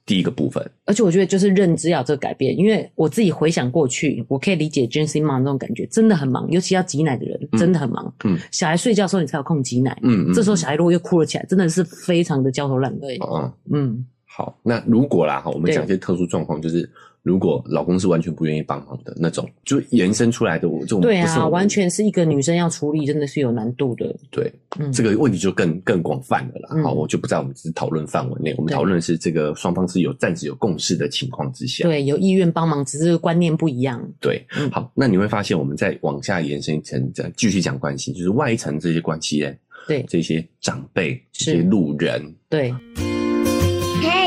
S2: 第一个部分，
S1: 而且我觉得就是认知要有这个改变，因为我自己回想过去，我可以理解 j e n s i n 忙这种感觉，真的很忙，尤其要挤奶的人，真的很忙。
S2: 嗯
S1: 小孩睡觉的时候你才有空挤奶，
S2: 嗯嗯，
S1: 这时候小孩如果又哭了起来，真的是非常的焦头烂额。
S3: 对
S2: 嗯，
S1: 嗯，
S2: 好，那如果啦哈，我们
S1: 对
S2: 讲一些特殊状况，就是如果老公是完全不愿意帮忙的那种，就延伸出来的，我这种
S1: 对
S2: 不是
S1: 啊，
S2: 我们
S1: 完全是一个女生要处理，真的是有难度的。
S2: 对
S1: 嗯，
S2: 这个问题就更更广泛了啦。
S1: 嗯
S2: 好，我就不在我们只是讨论范围内，我们
S1: 对
S2: 讨论的是这个双方是有暂时有共识的情况之下。
S1: 对有意愿帮忙，只是观念不一样。
S2: 对
S1: 嗯
S2: 好，那你会发现我们再往下延伸一层，再继续讲关系，就是外层这些关系嘞，
S1: 对
S2: 这些长辈、
S1: 是
S2: 这些路人，
S1: 对，
S4: 嗨，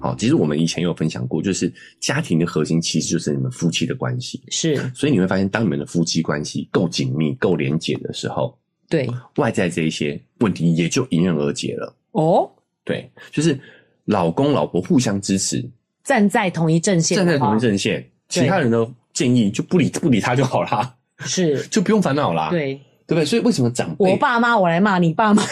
S2: 好，其实我们以前有分享过，就是家庭的核心其实就是你们夫妻的关系。
S1: 是
S2: 所以你会发现，当你们的夫妻关系够紧密、够连结的时候，
S1: 对
S2: 外在这一些问题也就迎刃而解了。
S1: 哦，
S2: 对，就是老公老婆互相支持，
S1: 站在同一阵线，
S2: 站在同一，阵线，
S1: 对
S2: 其他人的建议就不理不理他就好啦，
S1: 是
S2: 就不用烦恼啦，
S1: 对。
S2: 对不对？所以为什么长辈
S1: 我爸妈我来骂你爸妈，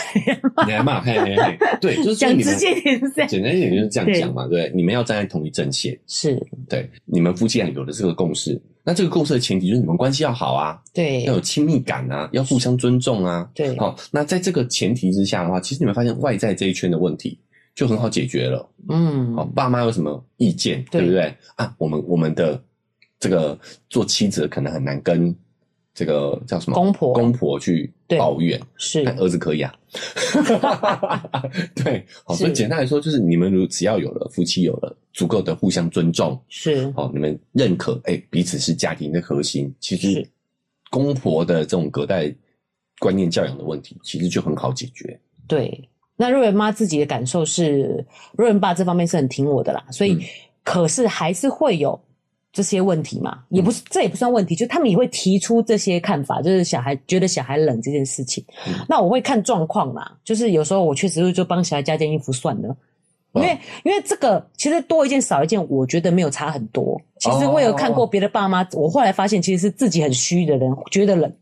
S2: 你来骂，嘿嘿嘿，对，就是说
S1: 讲
S2: 你
S1: 直
S2: 们
S1: 接点是这样
S2: 简单一点就是这样讲嘛，对，你们要站在同一阵线，
S1: 是
S2: 对，你们夫妻俩有了这个共识，那这个共识的前提就是你们关系要好啊，
S1: 对
S2: 要有亲密感啊，要互相尊重啊，
S1: 对
S2: 好，那在这个前提之下的话，其实你们发现外在这一圈的问题就很好解决了。哦，
S1: 嗯，
S2: 爸妈有什么意见，
S1: 对
S2: 对不对啊？我们我们的这个做妻子的可能很难跟这个叫什么
S1: 公婆
S2: 公婆去
S1: 对
S2: 抱怨，
S1: 是
S2: 但儿子可以 啊。对，好，
S1: 是
S2: 所以简单来说就是你们如只要有了夫妻有了足够的互相尊重，
S1: 是
S2: 好，哦你们认可，哎、彼此是家庭的核心，其实
S1: 是
S2: 公婆的这种隔代观念教养的问题，其实就很好解决。
S1: 对。那瑞文妈自己的感受是，瑞文爸这方面是很挺我的啦，所以、
S2: 嗯
S1: 可是还是会有这些问题嘛，也
S2: 嗯
S1: 不是、这也不算问题，就他们也会提出这些看法，就是小孩觉得小孩冷这件事情。
S2: 嗯
S1: 那我会看状况啦，就是有时候我确实会就帮小孩加件衣服算了。因
S2: 哦
S1: 为、因为这个其实多一件少一件，我觉得没有差很多。其实我有看
S2: 哦
S1: 过别的爸妈，我后来发现其实是自己很虚的人觉得冷，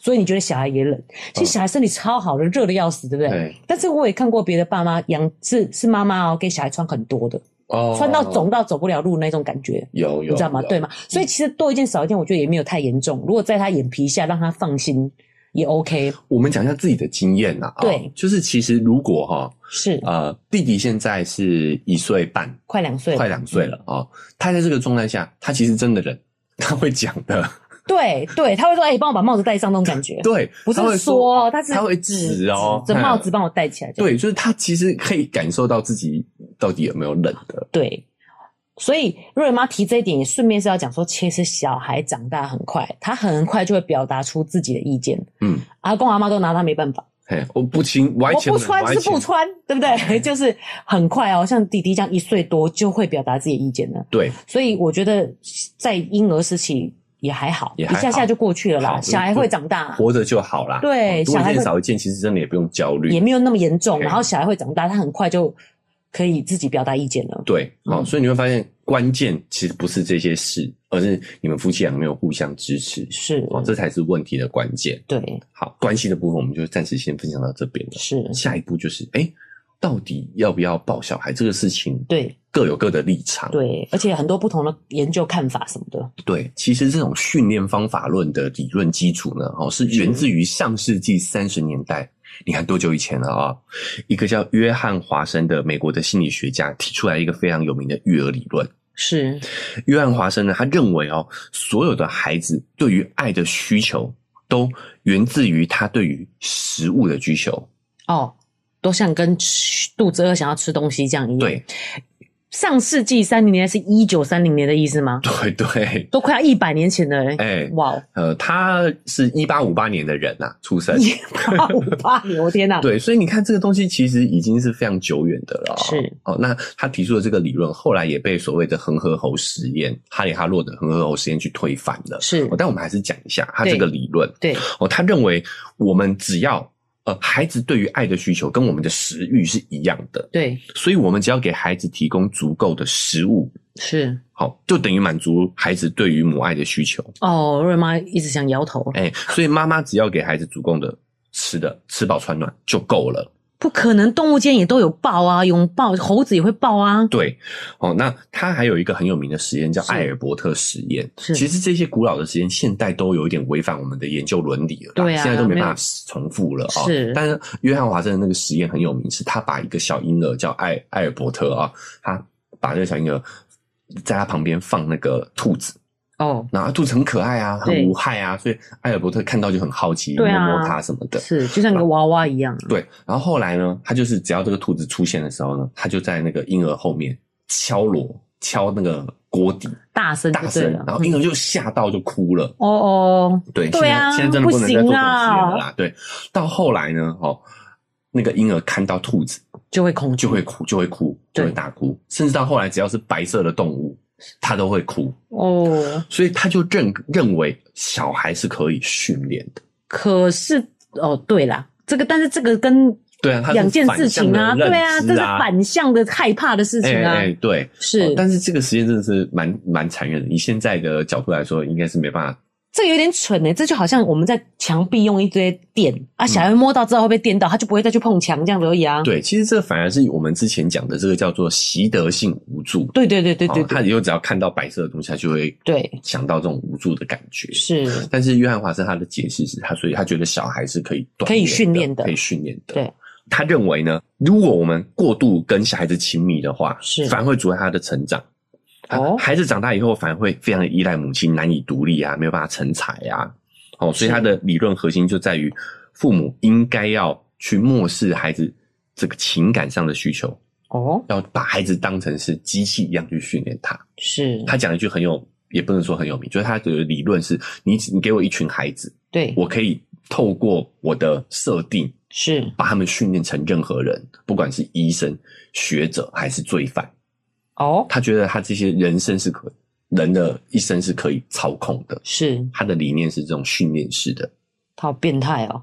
S1: 所以你觉得小孩也冷。其实小孩身体超好的，热的要死，对不对？
S2: 嗯对
S1: 但是我也看过别的爸妈养是是妈妈哦，给小孩穿很多的，
S2: 哦
S1: 穿到肿到走不了路那种感觉。
S2: 有有，
S1: 你知道吗？
S2: 有嗯
S1: 对吗？所以其实多一件少一件，我觉得也没有太严重。如果在他眼皮下让他放心，也 OK。
S2: 我们讲一下自己的经验呐、啊，
S1: 对
S2: 就是其实如果哈、
S1: 是、
S2: 呃，弟弟现在是一岁半，
S1: 快两岁了，
S2: 快两岁了啊、哦他在这个状态下，他其实真的忍，他会讲的，
S1: 对对，他会说：“哎、帮我把帽子戴上。”那种感觉，
S2: 对，
S1: 不是
S2: 他会
S1: 说，他是
S2: 他会
S1: 指
S2: 指哦，
S1: 指这帽子
S2: 嗯
S1: 帮我戴起来。这样
S2: 对，就是他其实可以感受到自己到底有没有冷的，
S1: 对，所以瑞妈提这一点，也顺便是要讲说，其实小孩长大很快，他很快就会表达出自己的意见，
S2: 嗯，
S1: 阿公阿妈都拿他没办法。
S2: 嘿，我不亲，我爱
S1: 我
S2: 亲
S1: 不穿就是不，
S2: 我爱亲
S1: 穿，对不 对？就是很快哦，像弟弟这样一岁多就会表达自己的意见了。
S2: 对，
S1: 所以我觉得在婴儿时期也还好，
S2: 也还好
S1: 一下下就过去了啦。
S2: 好
S1: 小孩会长大，
S2: 活着就好啦，
S1: 啊对
S2: 哦多
S1: 小
S2: 一
S1: 孩
S2: 件
S1: 会
S2: 少一件，其实真的也不用焦虑，
S1: 也没有那么严重。
S2: 对
S1: 然后小孩会长大，他很快就可以自己表达意见了。
S2: 对，好、
S1: 嗯
S2: 所以你会发现关键其实不是这些事，而是你们夫妻俩没有互相支持，
S1: 是，
S2: 哦，这才是问题的关键。
S1: 对，
S2: 好，关系的部分我们就暂时先分享到这边了。
S1: 是，
S2: 下一步就是，哎，到底要不要抱小孩这个事情，
S1: 对
S2: 各有各的立场。
S1: 对，而且很多不同的研究看法什么的。
S2: 对，其实这种训练方法论的理论基础呢，哦，是源自于上世纪三十年代。你看多久以前了啊、一个叫约翰华生的美国的心理学家提出来一个非常有名的育儿理论。
S1: 是
S2: 约翰华生呢，他认为哦，所有的孩子对于爱的需求都源自于他对于食物的需求。
S1: 哦，都像跟吃肚子饿想要吃东西这样一样。
S2: 对，
S1: 上世纪三零年代是一九三零年的意思吗？
S2: 对对，
S1: 都快要一百年前了、欸。
S2: 哎
S1: 哇 哦，
S2: 呃，他是一八五八年的人呐、啊出生。
S1: 一八五八年，我天哪！
S2: 对，所以你看这个东西其实已经是非常久远的了、哦。
S1: 是
S2: 哦，那他提出的这个理论，后来也被所谓的恒河猴实验，哈里哈洛的恒河猴实验去推翻了。
S1: 是
S2: 哦，但我们还是讲一下他
S1: 对
S2: 这个理论。
S1: 对
S2: 哦，他认为我们只要呃，孩子对于爱的需求跟我们的食欲是一样的，
S1: 对，
S2: 所以我们只要给孩子提供足够的食物，
S1: 是
S2: 好，就等于满足孩子对于母爱的需求。
S1: 哦。瑞妈一直想摇头，
S2: 哎、所以妈妈只要给孩子足够的吃的，吃饱穿暖就够了。
S1: 不可能，动物间也都有抱啊，拥抱，猴子也会抱啊。
S2: 对，哦，那它还有一个很有名的实验叫
S1: 是
S2: 艾尔伯特实验。
S1: 是
S2: 其实这些古老的实验，现代都有一点违反我们的研究伦理了啦，
S1: 对啊
S2: 现在都没
S1: 没有
S2: 办法重复了啊、
S1: 是
S2: 但是约翰华生的那个实验很有名，是他把一个小婴儿叫艾艾尔伯特啊、他把这个小婴儿在他旁边放那个兔子，
S1: 哦，
S2: 然后兔子很可爱啊，很
S1: 对
S2: 无害啊，所以艾尔伯特看到就很好奇，摸
S1: 对啊
S2: 摸它什么的。
S1: 是就像个娃娃一样。
S2: 对，然后后来呢，他就是只要这个兔子出现的时候呢，他就在那个婴儿后面敲锣，敲那个锅底，
S1: 大声
S2: 大
S1: 就对
S2: 声
S1: 了，。
S2: 然后婴儿就吓到就哭了。
S1: 哦哦，
S2: 对，
S1: 对啊
S2: 现在现在真的不能再做这种实
S1: 不
S2: 验
S1: 行啊
S2: 了啦。对，到后来呢，哦，那个婴儿看到兔子
S1: 就会恐惧，
S2: 就会哭，就会哭，就
S1: 对
S2: 会大哭，甚至到后来只要是白色的动物，他都会哭，
S1: 哦。
S2: 所以他就认认为小孩是可以训练的。
S1: 可是哦，对啦，这个但是这个跟
S2: 对啊，他是
S1: 两件
S2: 反
S1: 事
S2: 向
S1: 情
S2: 的
S1: 啊，
S2: 认
S1: 对啊，
S2: 知
S1: 这是
S2: 啊
S1: 反向的害怕的事情
S2: 哎
S1: 啊，
S2: 哎，对，哦
S1: 是。
S2: 但是这个实验真的是蛮蛮残忍的，以现在的角度来说，应该是没办法。
S1: 这个有点蠢呢、这就好像我们在墙壁用一堆电
S2: 嗯
S1: 啊，小孩摸到之后会被电到，他就不会再去碰墙这样子而已啊。
S2: 对，其实这反而是我们之前讲的这个叫做习得性无助。
S1: 对对对对对
S2: 哦
S1: 对
S2: 他以后只要看到白色的东西，哦他就会
S1: 对
S2: 想到这种无助的感觉。
S1: 是
S2: 但是约翰华生他的解释是他，所以他觉得小孩是可以锻
S1: 可以训练的
S2: 可以训练的。
S1: 对，
S2: 他认为呢，如果我们过度跟小孩子亲密的话，
S1: 是
S2: 反而会阻碍他的成长。啊
S1: 哦
S2: 孩子长大以后反而会非常的依赖母亲，难以独立啊，没有办法成才啊。哦，所
S1: 是
S2: 以他的理论核心就在于父母应该要去漠视孩子这个情感上的需求，
S1: 哦
S2: 要把孩子当成是机器一样去训练他。
S1: 是，
S2: 他讲一句很有，也不能说很有名，就是他的理论是：你你给我一群孩子，
S1: 对
S2: 我可以透过我的设定，
S1: 是
S2: 把他们训练成任何人，不管是医生、学者还是罪犯。
S1: 哦
S2: 他觉得他这些人生是可人的一生是可以操控的，
S1: 是，
S2: 他的理念是这种训练式的。
S1: 他好变态哦。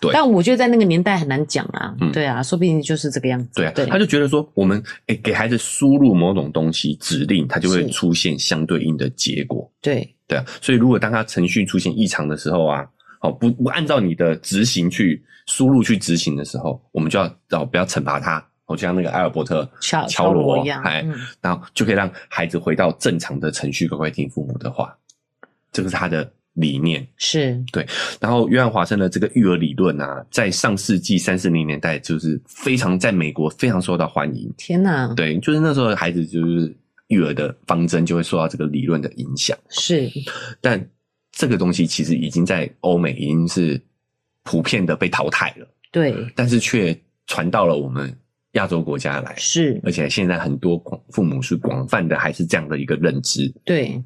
S2: 对
S1: 但我觉得在那个年代很难讲啊，
S2: 嗯
S1: 对啊，说不定就是这个样子。
S2: 对啊，
S1: 对
S2: 他就觉得说，我们诶、给孩子输入某种东西指令，他就会
S1: 是
S2: 出现相对应的结果。
S1: 对
S2: 对啊，所以如果当它程序出现异常的时候啊，哦，不不按照你的执行去输入去执行的时候，我们就要哦不要惩罚它，哦，就像那个艾尔伯特
S1: 敲
S2: 敲
S1: 锣
S2: 锣
S1: 一样
S2: 哎，
S1: 嗯
S2: 然后就可以让孩子回到正常的程序，乖乖听父母的话，这个是他的理念。
S1: 是
S2: 然后约翰华生的这个育儿理论啊，在上世纪三四零年代就是非常在美国非常受到欢迎，
S1: 天哪，
S2: 对，就是那时候的孩子就是育儿的方针就会受到这个理论的影响。
S1: 是
S2: 但这个东西其实已经在欧美已经是普遍的被淘汰了，
S1: 对
S2: 但是却传到了我们亚洲国家来，
S1: 是
S2: 而且现在很多广父母是广泛的还是这样的一个认知。
S1: 对，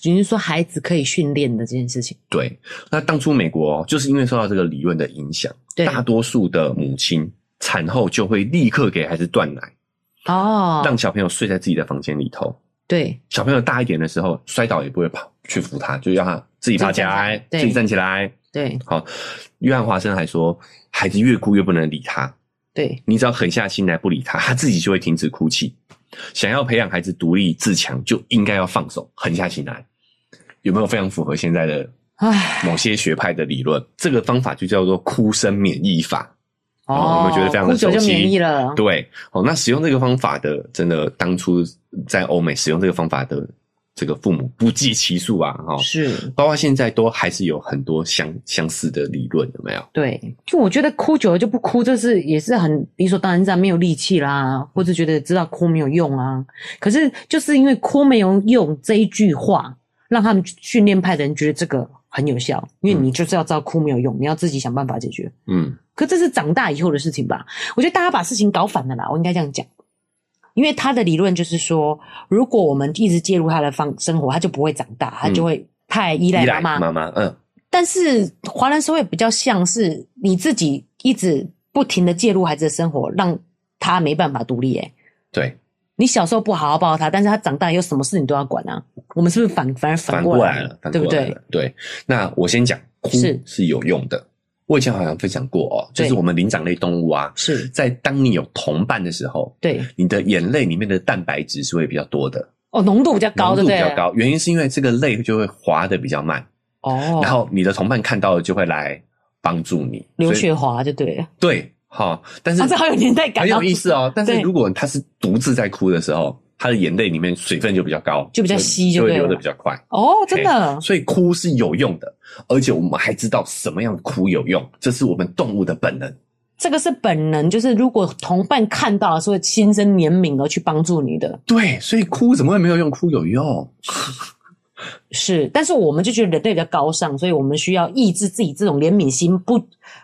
S1: 只是说孩子可以训练的这件事情，
S2: 对，那当初美国哦就是因为受到这个理论的影响，
S1: 对
S2: 大多数的母亲产后就会立刻给孩子断奶，
S1: 哦，
S2: 让小朋友睡在自己的房间里头。
S1: 对
S2: 小朋友大一点的时候摔倒也不会跑去扶他，就让他自己爬起来，
S1: 自己站起来对
S2: 自己站起
S1: 对
S2: 来，好，约翰华生还说，孩子越哭越不能理他，
S1: 对
S2: 你只要狠下心来不理他，他自己就会停止哭泣。想要培养孩子独立自强，就应该要放手，狠下心来。有没有非常符合现在的
S1: 唉，
S2: 某些学派的理论？这个方法就叫做哭声免疫法。哦我们觉得非常的
S1: 哭久
S2: 熟
S1: 就
S2: 悉
S1: 免疫了，
S2: 对，哦，那使用这个方法的，真的当初在欧美使用这个方法的这个父母不计其数啊，哈、
S1: 是，
S2: 包括现在都还是有很多相相似的理论，有没有？
S1: 对，就我觉得哭久了就不哭，这是也是很理所当然，这样没有力气啦，或者觉得知道哭没有用啊。可是就是因为哭没有用这一句话，让他们训练派的人觉得这个很有效，因为你就是要知道哭没有用，你要自己想办法解决。
S2: 嗯，
S1: 可这是长大以后的事情吧？我觉得大家把事情搞反了啦，我应该这样讲。因为他的理论就是说，如果我们一直介入他的方生活，他就不会长大，他就会太依赖
S2: 嗯依
S1: 妈
S2: 赖
S1: 妈。
S2: 妈妈，嗯，
S1: 但是华人社会比较像是你自己一直不停的介入孩子的生活，让他没办法独立、欸。
S2: 对，
S1: 你小时候不好好抱他，但是他长大以后什么事你都要管啊。我们是不是反反而
S2: 反
S1: 过
S2: 过来了，反
S1: 对
S2: 过
S1: 不
S2: 来
S1: 对
S2: 了？，对。那我先讲，哭
S1: 是
S2: 是有用的，我以前好像分享过哦，就是
S1: 对
S2: 我们灵长类动物啊，
S1: 是
S2: 在当你有同伴的时候，
S1: 对
S2: 你的眼泪里面的蛋白质是会比较多的，
S1: 哦，浓度比较高，对
S2: 浓度
S1: 不
S2: 比
S1: 对？
S2: 较高。原因是因为这个泪就会滑的比较慢，
S1: 哦，
S2: 然后你的同伴看到了就会来帮助你。
S1: 刘
S2: 所以
S1: 雪华就对了，
S2: 对，好，但是
S1: 啊，这好有年代感、
S2: 很
S1: 哦，
S2: 有意思哦。但是
S1: 对
S2: 如果他是独自在哭的时候，他的眼泪里面水分就比较高，
S1: 就比较稀
S2: 就
S1: 就
S2: 会
S1: 对
S2: 流的
S1: 了
S2: 比较快。
S1: 哦，真的
S2: 所以哭是有用的，而且我们还知道什么样的哭有用，这是我们动物的本能。
S1: 这个是本能，就是如果同伴看到了，是会心生怜悯而去帮助你的，
S2: 对，所以哭怎么会没有用？哭有用。
S1: 是。但是我们就觉得人类比较高尚，所以我们需要抑制自己这种怜悯心，不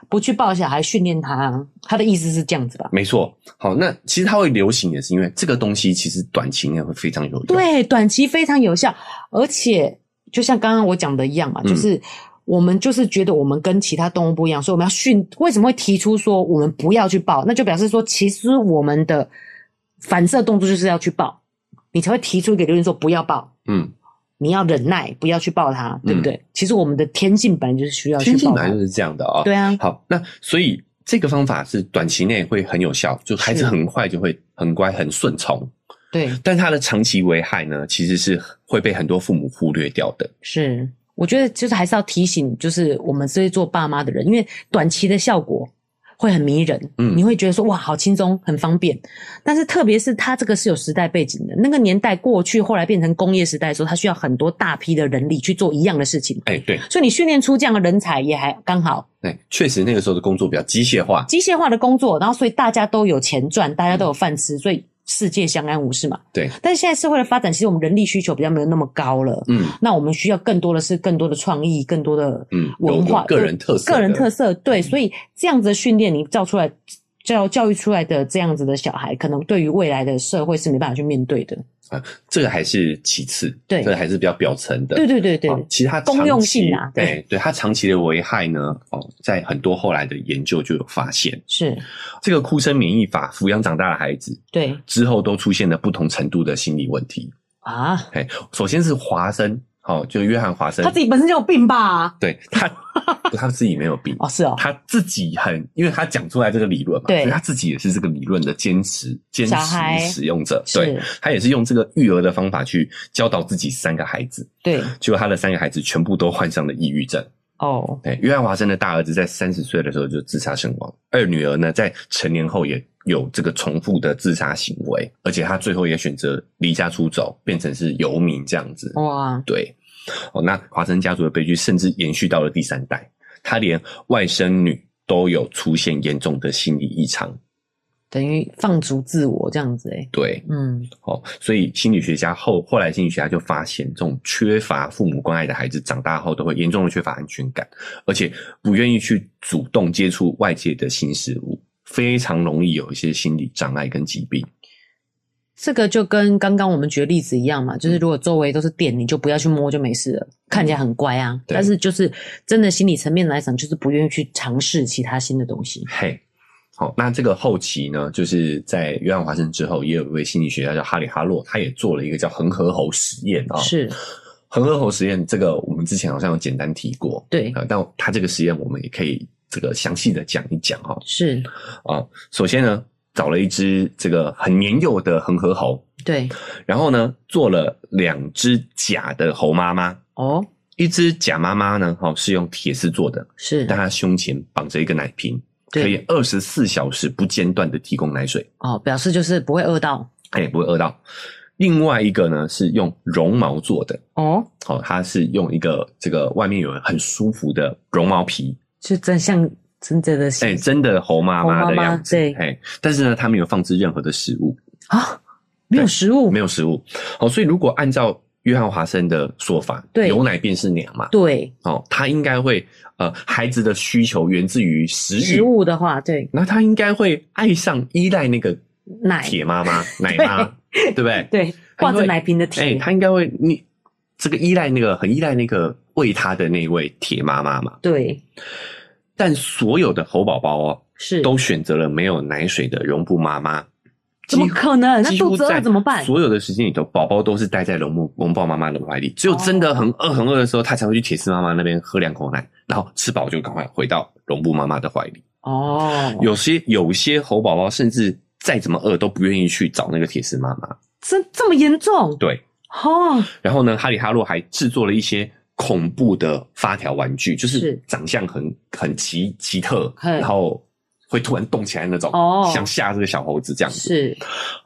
S1: 不去抱小孩，训练他。他的意思是这样子吧？
S2: 没错，好，那其实它会流行也是因为这个东西其实短期内会非常有用。，
S1: 对，短期非常有效，而且就像刚刚我讲的一样嘛，
S2: 嗯
S1: 就是我们就是觉得我们跟其他动物不一样，所以我们要训。为什么会提出说我们不要去抱？那就表示说，其实我们的反射动作就是要去抱，你才会提出一个留言说不要抱。
S2: 嗯，
S1: 你要忍耐，不要去抱它，对不对？其实我们的天性本来就是需要去
S2: 天性
S1: 抱
S2: 本来
S1: 它
S2: 就，是这样的哦。
S1: 对啊，
S2: 好，那所以这个方法是短期内会很有效，就孩子
S1: 是
S2: 很快就会很乖、很顺从。
S1: 对，
S2: 但它的长期危害呢，其实是会被很多父母忽略掉的。
S1: 是。我觉得就是还是要提醒，就是我们这些做爸妈的人，因为短期的效果会很迷人，
S2: 嗯
S1: 你会觉得说哇，好轻松，很方便。但是特别是它这个是有时代背景的，那个年代过去，后来变成工业时代的时候，它需要很多大批的人力去做一样的事情，
S2: 哎、对，
S1: 所以你训练出这样的人才也还刚好。
S2: 哎、确实那个时候的工作比较机械化。
S1: 机械化的工作，然后所以大家都有钱赚，大家都有饭吃，所以世界相安无事嘛。
S2: 对，
S1: 但是现在社会的发展，其实我们人力需求比较没有那么高了。
S2: 嗯
S1: 那我们需要更多的是更多的创意，更多的
S2: 嗯，有
S1: 文化、
S2: 有个人特色的，
S1: 个人特色。对，所以这样子的训练，你造出来、教教育出来的这样子的小孩，可能对于未来的社会是没办法去面对的。
S2: 这个还是其次，
S1: 对
S2: 这个还是比较表层的。
S1: 对对对对
S2: 哦，其他哎
S1: 公用性啊对
S2: 对对，它长期的危害呢，哦，在很多后来的研究就有发现，
S1: 是，
S2: 这个哭声免疫法抚养长大的孩子
S1: 对
S2: 之后都出现了不同程度的心理问题。
S1: 啊，
S2: 哎，首先是华生，哦，就约翰华生，
S1: 他自己本身就有病吧？
S2: 对 他他自己没有病，
S1: 哦，是 哦，
S2: 他自己很，因为他讲出来这个理论嘛，
S1: 对
S2: 所以他自己也是这个理论的坚持坚
S1: 小孩
S2: 持使用者，
S1: 是
S2: 对他也是用这个育儿的方法去教导自己三个孩子，
S1: 对
S2: 结果他的三个孩子全部都患上了抑郁症。
S1: 哦，
S2: 对，约翰华生的大儿子在三十岁的时候就自杀身亡，二女儿呢在成年后也有这个重复的自杀行为，而且她最后也选择离家出走，变成是游民这样子。
S1: 哇，
S2: 对，哦，那华生家族的悲剧甚至延续到了第三代，他连外甥女都有出现严重的心理异常。
S1: 等于放逐自我这样子诶、
S2: 对，
S1: 嗯，
S2: 哦，所以心理学家后后来心理学家就发现，这种缺乏父母关爱的孩子，长大后都会严重的缺乏安全感，而且不愿意去主动接触外界的新事物，非常容易有一些心理障碍跟疾病。
S1: 这个就跟刚刚我们举的例子一样嘛，就是如果周围都是电，你就不要去摸，就没事了，看起来很乖啊。
S2: 对
S1: 但是就是真的心理层面来讲，就是不愿意去尝试其他新的东西。
S2: 嘿，好、那这个后期呢，就是在约翰华生之后，也有一位心理学家叫哈里哈洛，他也做了一个叫恒河猴实验啊、
S1: 是，
S2: 恒河猴实验，这个我们之前好像有简单提过，
S1: 对，
S2: 啊、但他这个实验我们也可以这个详细的讲一讲哈、
S1: 是，
S2: 啊，首先呢，找了一只这个很年幼的恒河猴，
S1: 对，
S2: 然后呢，做了两只假的猴妈妈。
S1: 哦，
S2: 一只假妈妈呢，哦，是用铁丝做的，
S1: 是
S2: 但，她胸前绑着一个奶瓶，可以
S1: 对，
S2: 二十四小时不间断的提供奶水，
S1: 哦，表示就是不会饿到，
S2: 哎，不会饿到。另外一个呢是用绒毛做的，
S1: 哦，
S2: 哦，它是用一个这个外面有很舒服的绒毛皮，
S1: 就真像真正的
S2: 哎、
S1: 是
S2: 真的猴妈妈的
S1: 猴妈妈
S2: 样子，
S1: 对
S2: 哎，但是呢，它没有放置任何的食物，
S1: 啊，没有
S2: 对
S1: 食物，
S2: 没
S1: 有，
S2: 有食物。哦，所以如果按照约翰华生的说法，
S1: 对
S2: 牛奶便是娘嘛。
S1: 对，
S2: 哦，他应该会呃，孩子的需求源自于食欲，
S1: 食物的话，对，
S2: 那他应该会爱上依赖那个
S1: 奶，
S2: 铁妈妈、奶妈，对不对？
S1: 对，挂
S2: 他应该
S1: 着
S2: 会
S1: 奶瓶的
S2: 哎、
S1: 铁，
S2: 他应该会你这个依赖那个很依赖那个喂他的那位铁妈妈嘛。
S1: 对，
S2: 但所有的猴宝宝哦，
S1: 是，
S2: 都选择了没有奶水的绒布妈妈，
S1: 怎么
S2: 几乎
S1: 可能？呃那
S2: 几乎
S1: 肚子饿
S2: 在
S1: 怎么办？
S2: 所有的时间里头，宝宝都是待在笼母笼抱妈妈的怀里，只有真
S1: 哦
S2: 的很饿很饿的时候，他才会去铁丝妈妈那边喝两口奶，然后吃饱就赶快回到笼母妈妈的怀里。
S1: 哦，
S2: 有些有些猴宝宝甚至再怎么饿都不愿意去找那个铁丝妈妈。
S1: 这这么严重？
S2: 对，
S1: 哦，
S2: 然后呢，哈里哈洛还制作了一些恐怖的发条玩具，就是
S1: 是
S2: 长相很很奇奇特，
S1: 嘿
S2: 然后会突然动起来那种，
S1: 哦
S2: 像吓这个小猴子这样子。
S1: 是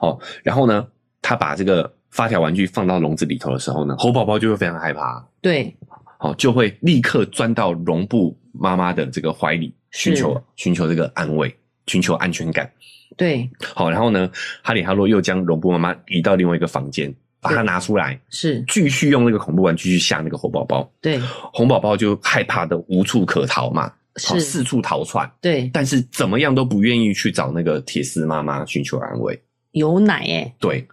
S2: 哦，然后呢，他把这个发条玩具放到笼子里头的时候呢，猴宝宝就会非常害怕，
S1: 对，
S2: 哦，就会立刻钻到绒布妈妈的这个怀里，寻
S1: 是
S2: 求寻求这个安慰，寻求安全感。
S1: 对，
S2: 好，然后呢，哈里哈洛又将绒布妈妈移到另外一个房间，把它
S1: 对
S2: 拿出来，
S1: 是，
S2: 继续用那个恐怖玩具去吓那个猴宝宝。
S1: 对，
S2: 红宝宝就害怕的无处可逃嘛，好
S1: 是，
S2: 四处逃窜，
S1: 对，
S2: 但是怎么样都不愿意去找那个铁丝妈妈寻求安慰。
S1: 有奶哎，
S2: 对，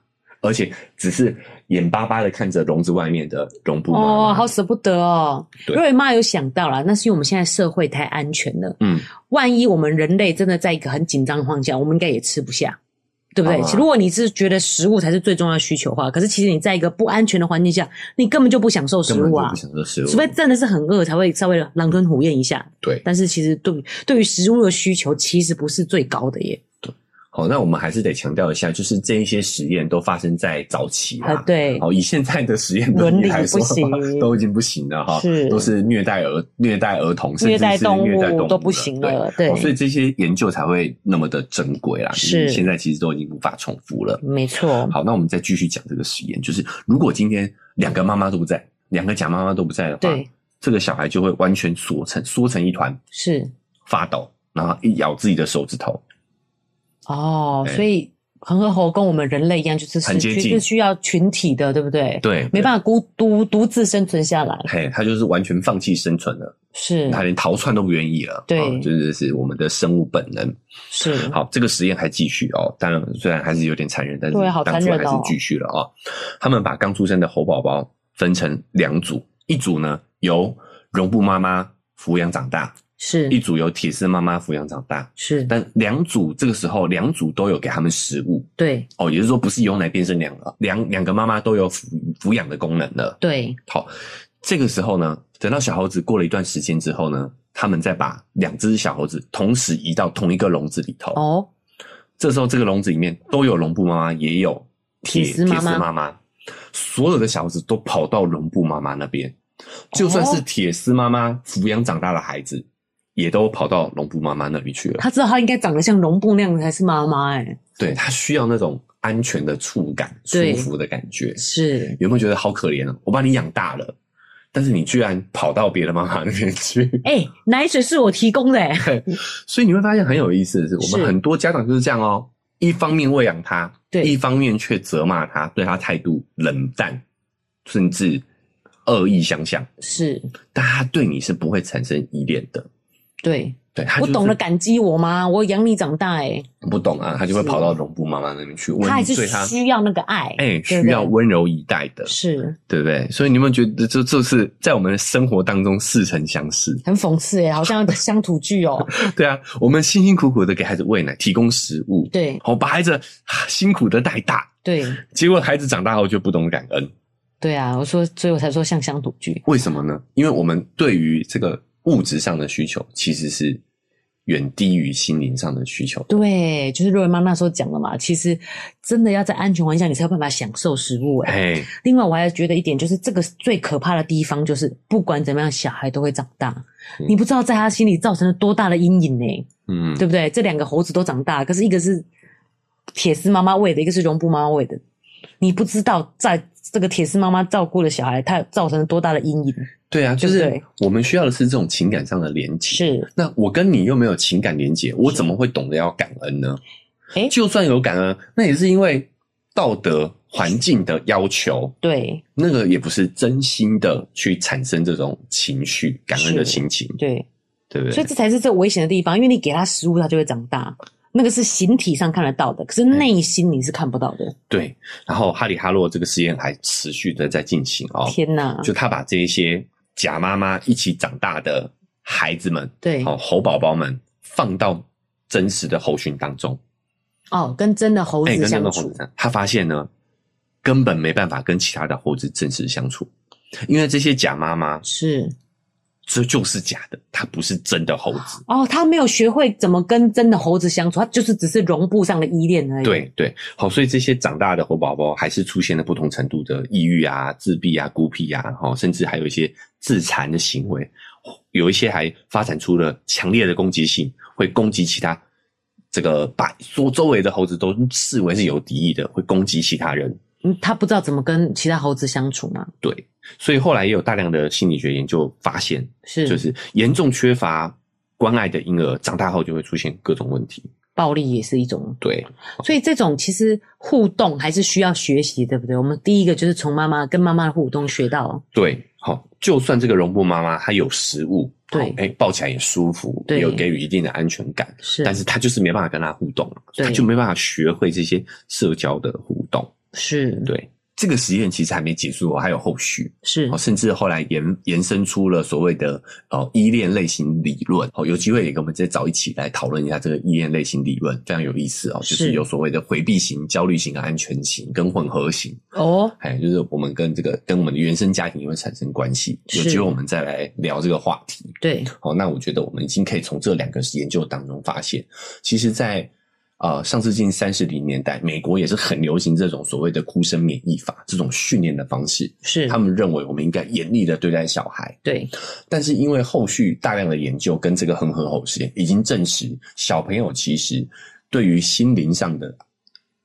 S2: 而且只是眼巴巴的看着笼子外面的绒布妈妈。
S1: 哦，好舍不得哦。
S2: 对
S1: 瑞妈有想到啦，那是因为我们现在社会太安全了。
S2: 嗯，
S1: 万一我们人类真的在一个很紧张的况下，我们应该也吃不下，对不对？
S2: 好啊
S1: 如果你是觉得食物才是最重要的需求的话，可是其实你在一个不安全的环境下，你根本就不享受
S2: 根
S1: 食物
S2: 本就
S1: 啊
S2: 不。想这食物。
S1: 除非真的是很饿，才会稍微狼吞虎咽一下。
S2: 对，
S1: 但是其实对对于食物的需求，其实不是最高的耶。
S2: 好，那我们还是得强调一下，就是这一些实验都发生在早期
S1: 啊
S2: 啦，。
S1: 对，
S2: 好，以现在的实验
S1: 伦
S2: 伦理
S1: 理
S2: 来说
S1: 不行，
S2: 都已经不行了哈，
S1: 是
S2: 都是虐待儿虐待儿童，甚至
S1: 虐待
S2: 是
S1: 动
S2: 虐待动
S1: 物
S2: 物
S1: 都不行
S2: 的对
S1: 了，对
S2: 哦，所以这些研究才会那么的珍贵啦。
S1: 是
S2: 因为现在其实都已经无法重复了。
S1: 没错，
S2: 好，那我们再继续讲这个实验，就是如果今天两个妈妈都不在，两个假妈妈都不在的话
S1: 对，，
S2: 这个小孩就会完全缩成缩成一团，
S1: 是
S2: 发抖，然后一咬自己的手指头。
S1: 哦，
S2: 哎
S1: 所以恒河猴跟我们人类一样，就是
S2: 很接
S1: 是
S2: 近
S1: 是需要群体的，对不对？，
S2: 对，
S1: 没办法孤独独自生存下来，
S2: 法，嘿，他就是完全放弃生存了，
S1: 是
S2: 他连逃窜都不愿意了。
S1: 嗯对
S2: 哦就是是我们的生物本能。
S1: 是，
S2: 好，这个实验还继续哦，当然虽然还是有点残忍，但是
S1: 对好
S2: 当初
S1: 残
S2: 还
S1: 忍
S2: 是
S1: 哦
S2: 继续了哦。他们把刚出生的猴宝宝分成两组，一组呢由绒布妈妈抚养长大，
S1: 是
S2: 一组由铁丝妈妈抚养长大。
S1: 是，
S2: 但两组这个时候，两组都有给他们食物
S1: 对
S2: 哦，也就是说不是由奶变成两个，两两个妈妈都有抚抚养的功能了。
S1: 对
S2: 好，这个时候呢，等到小猴子过了一段时间之后呢，他们再把两只小猴子同时移到同一个笼子里头。
S1: 哦，
S2: 这时候这个笼子里面都有笼布妈妈，也有铁
S1: 铁丝妈妈
S2: 铁丝妈妈，所有的小猴子都跑到笼布妈妈那边，就算
S1: 哦
S2: 是铁丝妈妈抚养长大的孩子，也都跑到笼布妈妈那里去了。
S1: 他知道他应该长得像绒布那样才是妈妈，哎，
S2: 对他需要那种安全的触感、舒
S1: 对
S2: 服的感觉。
S1: 是
S2: 有没有觉得好可怜呢、啊我把你养大了，但是你居然跑到别的妈妈那边去，
S1: 哎，奶水是我提供的，哎，
S2: 所以你会发现很有意思的是，我
S1: 是
S2: 们很多家长就是这样哦，一方面喂养他，
S1: 对
S2: 一方面却责骂他，对他态度冷淡，甚至恶意相向，
S1: 是
S2: 但他对你是不会产生依恋的。
S1: 对
S2: 对他、
S1: 我
S2: 就是、
S1: 懂得感激我妈，我养你长大，哎，
S2: 不懂啊，他就会
S1: 是
S2: 跑到绒布妈妈那边去，
S1: 他
S2: 问
S1: 还
S2: 你
S1: 是
S2: 对他，
S1: 需要那个爱，对
S2: 哎、
S1: 不
S2: 需
S1: 对
S2: 要温柔以待的，
S1: 是
S2: 对不对？所以你有没有觉得这这是在我们的生活当中似曾相识？
S1: 很讽刺哎，好像乡土剧哦，
S2: 对啊，我们辛辛苦苦的给孩子喂奶，提供食物，
S1: 对
S2: 好把孩子啊辛苦的带大，
S1: 对。
S2: 结果孩子长大后就不懂感恩，
S1: 对啊，我说，所以我才说像乡土剧。
S2: 为什么呢？因为我们对于这个物质上的需求其实是远低于心灵上的需求。
S1: 对，就是瑞文妈那时候讲了嘛，其实真的要在安全环境下，你才有办法享受食物、欸。
S2: 哎，
S1: 另外，我还觉得一点就是，这个最可怕的地方就是，不管怎么样，小孩都会长大。
S2: 嗯
S1: 你不知道在他心里造成了多大的阴影呢、欸
S2: 嗯，
S1: 对不对？这两个猴子都长大了，可是一个是铁丝妈妈喂的，一个是绒布妈妈喂的。你不知道在这个铁丝妈妈照顾的小孩，他造成了多大的阴影。
S2: 对啊，就
S1: 对不
S2: 是
S1: 对
S2: 我们需要的是这种情感上的连接。
S1: 是，
S2: 那我跟你又没有情感连接，我怎么会懂得要感恩呢？
S1: 哎
S2: 就算有感恩，那也是因为道德环境的要求，
S1: 对
S2: 那个也不是真心的去产生这种情绪、感恩的心情，
S1: 对。
S2: 对不
S1: 所
S2: 对
S1: 以？这才是最危险的地方，因为你给它食物，它就会长大。那个是形体上看得到的，可是内心你是看不到的。
S2: 对。然后哈里哈洛这个实验还持续的在进行哦，
S1: 天哪！
S2: 就他把这一些假妈妈一起长大的孩子们，
S1: 对，
S2: 哦，猴宝宝们放到真实的猴群当中，
S1: 哦，跟真的猴
S2: 哎，
S1: 子
S2: 跟
S1: 相
S2: 那个猴
S1: 处
S2: 子，相他发现呢，根本没办法跟其他的猴子正式相处，因为这些假妈妈
S1: 是
S2: 这就是假的，它不是真的猴子。
S1: 哦，他没有学会怎么跟真的猴子相处，他就是只是绒布上的依恋而已。
S2: 对对，好，所以这些长大的猴宝宝还是出现了不同程度的抑郁啊、自闭啊、孤僻啊，哦，甚至还有一些自残的行为，有一些还发展出了强烈的攻击性，会攻击其他这个把所周围的猴子都视为是有敌意的，会攻击其他人。
S1: 嗯，他不知道怎么跟其他猴子相处嘛，
S2: 对，所以后来也有大量的心理学研究发现，
S1: 是
S2: 就是严重缺乏关爱的婴儿长大后就会出现各种问题。
S1: 暴力也是一种，
S2: 对，
S1: 所以这种其实互动还是需要学习，对不对？我们第一个就是从妈妈跟妈妈的互动学到，
S2: 对，好，就算这个绒布妈妈她有食物，
S1: 对
S2: 好哎，抱起来也舒服，
S1: 对
S2: 有给予一定的安全感，
S1: 是，
S2: 但是她就是没办法跟她互动，啊
S1: 对
S2: 她就没办法学会这些社交的互动。
S1: 是
S2: 对，这个实验其实还没结束哦，还有后续，
S1: 是
S2: 哦，甚至后来延延伸出了所谓的哦依恋类型理论。哦，有机会也跟我们再找一起来讨论一下这个依恋类型理论，非常有意思哦，就是是有所谓的回避型、焦虑型、安全型跟混合型。
S1: 哦，
S2: 哎，就是我们跟这个跟我们的原生家庭也会产生关系，有
S1: 是
S2: 机会我们再来聊这个话题。
S1: 对，
S2: 好，那我觉得我们已经可以从这两个研究当中发现，其实在，呃上世纪三四零年代，美国也是很流行这种所谓的哭声免疫法这种训练的方式。
S1: 是
S2: 他们认为我们应该严厉的对待小孩，
S1: 对
S2: 但是因为后续大量的研究跟这个恒河猴实验已经证实，小朋友其实对于心灵上的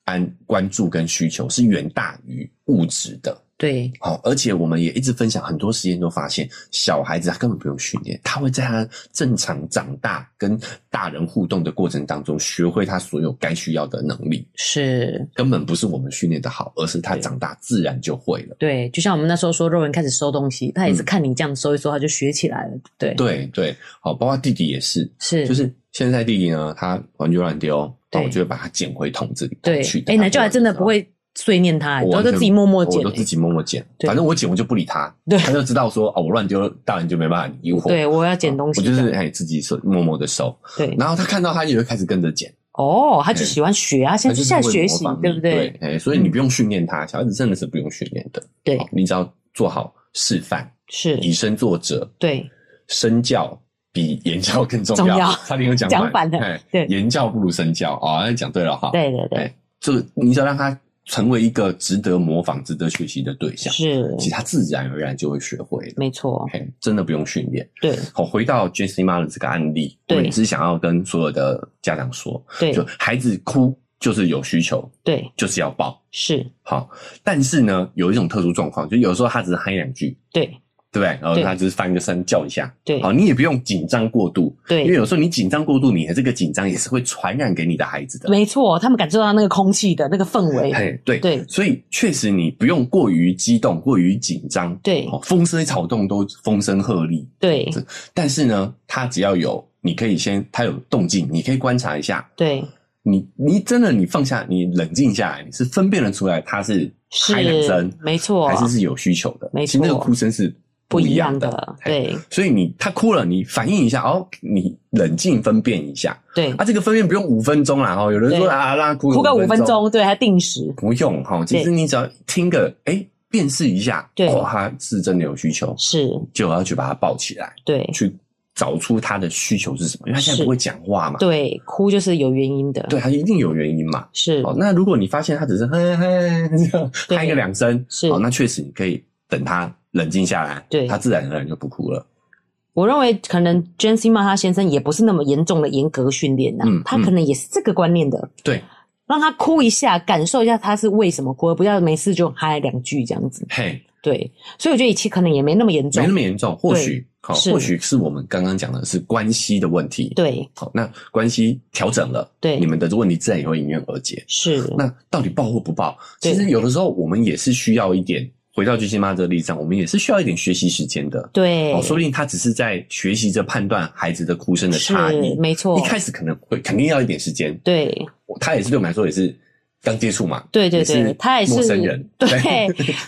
S2: 安关注跟需求是远大于物质的。
S1: 对
S2: 好，而且我们也一直分享很多实验都发现，小孩子他啊根本不用训练，他会在他正常长大跟大人互动的过程当中，学会他所有该需要的能力，
S1: 是。
S2: 根本不是我们训练的好，而是他
S1: 对
S2: 长大自然就会了。
S1: 对，就像我们那时候说，肉人开始收东西，他也是
S2: 嗯
S1: 看你这样收一收，他就学起来了。对，
S2: 对对，好，包括弟弟也是，
S1: 是，
S2: 就是现在弟弟呢，他玩具乱丢，那
S1: 对
S2: 我就会把它捡回桶子里头
S1: 对
S2: 去。。
S1: 哎，奶舅还真的不会碎念他，
S2: 我
S1: 都
S2: 完
S1: 是
S2: 全
S1: 自己默默捡欸
S2: 我都。自己默默捡，
S1: 对
S2: 反正我捡我就不理他，
S1: 对
S2: 他就知道说哦，我乱丢，大人就没办法理我。
S1: 对，我要捡东西
S2: 我
S1: 这
S2: 就
S1: 样。
S2: 是哎自己手默默的收，
S1: 对，
S2: 然后他看到他也会开始跟着捡，
S1: 哦，他就
S2: 哎
S1: 喜欢学啊，
S2: 他
S1: 现在
S2: 就
S1: 就是在
S2: 会
S1: 学
S2: 模
S1: 习
S2: 仿，你
S1: 对不
S2: 对
S1: 对？？
S2: 哎，所以你不用训练他，小孩子真的是不用训练的，哦
S1: 对
S2: 好，你只要做好示范，
S1: 是，
S2: 以身作则，
S1: 对，
S2: 身教。比言教更重
S1: 重要
S2: 差点有讲
S1: 讲反了
S2: 哎
S1: 对
S2: 言教不如身教啊，哦那讲对了哈。
S1: 对对对
S2: 哎，这个你只要让他成为一个值得模仿、值得学习的对象，
S1: 是，
S2: 其实他自然而然就会学会了。
S1: 没错，
S2: 嘿，真的不用训练。
S1: 对
S2: 好，哦回到 Jesse m a 的这个案例，
S1: 对
S2: 我也是想要跟所有的家长说，就
S1: 对
S2: 孩子哭就是有需求，
S1: 对
S2: 就是要抱。
S1: 是，
S2: 好，但是呢，有一种特殊状况，就有时候他只是嗨两句，
S1: 对
S2: 对不对？然后
S1: 对
S2: 他只是翻个身叫一下，
S1: 对
S2: 好，你也不用紧张过度，因为
S1: 对，
S2: 有时候你紧张过度，你的这个紧张也是会传染给你的孩子的。
S1: 没错，他们感受到那个空气的那个氛围，
S2: 嘿，对
S1: 对
S2: 所以确实你不用过于激动、过于紧张，
S1: 对
S2: 哦，风吹草动都风声鹤唳，
S1: 对
S2: 这但是呢，他只要有，你可以先他有动静，你可以观察一下。
S1: 对
S2: 你你真的你放下，你冷静下来，你是分辨得出来他是
S1: 是
S2: 嗨两声，，
S1: 没错
S2: 还，是是有需求的。
S1: 没
S2: 其实那个
S1: 错
S2: 哭声是
S1: 不
S2: 一
S1: 一样
S2: 样
S1: 的，
S2: 嘿
S1: 对
S2: 所以你他哭了，你反应一下哦，你冷静分辨一下
S1: 对，
S2: 啊。这个分辨不用五分钟啦，哈、哦，有人
S1: 对
S2: 说啊，让他哭
S1: 哭个五分
S2: 钟，
S1: 钟，对，还定时，
S2: 不用哈、其实
S1: 对
S2: 你只要听个哎、辨识一下，
S1: 对
S2: 哦，他是真的有需求，
S1: 是，
S2: 就要去把他抱起来。
S1: 对
S2: 去找出他的需求是什么，因为他现在
S1: 是
S2: 不会讲话嘛，
S1: 对，哭就是有原因的，
S2: 对，他一定有原因嘛。
S1: 是
S2: 好，那如果你发现他只是嘿嘿这样
S1: 对
S2: 嗨个两声，哦
S1: 是
S2: 好，那确实你可以等他冷静下来，
S1: 对
S2: 他自然而然就不哭了。
S1: 我认为可能 j e n s i m a 他先生也不是那么严重的严格训练呐、
S2: 嗯
S1: 他可能也是这个观念的，
S2: 对，
S1: 让他哭一下，感受一下他是为什么哭，而不要没事就嗨两句这样子。
S2: 嘿，
S1: 对，所以我觉得其实可能也没那么严重
S2: 没那。么严重，或许好，
S1: 是
S2: 或许是我们刚刚讲的是关系的问题。，
S1: 对，
S2: 好，那关系调整了，
S1: 对
S2: 你们的问题自然也会迎刃而解。
S1: 是，
S2: 那到底报或不报？
S1: 对
S2: 其实有的时候我们也是需要一点，回到巨星妈这个例子上，我们也是需要一点学习时间的。
S1: 对，
S2: 哦，说不定他只是在学习着判断孩子的哭声的差
S1: 是
S2: 异。
S1: 没错
S2: 一，开始可能会肯定要一点时间，
S1: 对，
S2: 他也是对我们来说也是刚接触嘛，
S1: 对对
S2: 也
S1: 对，
S2: 是
S1: 他也是
S2: 陌生人，
S1: 对，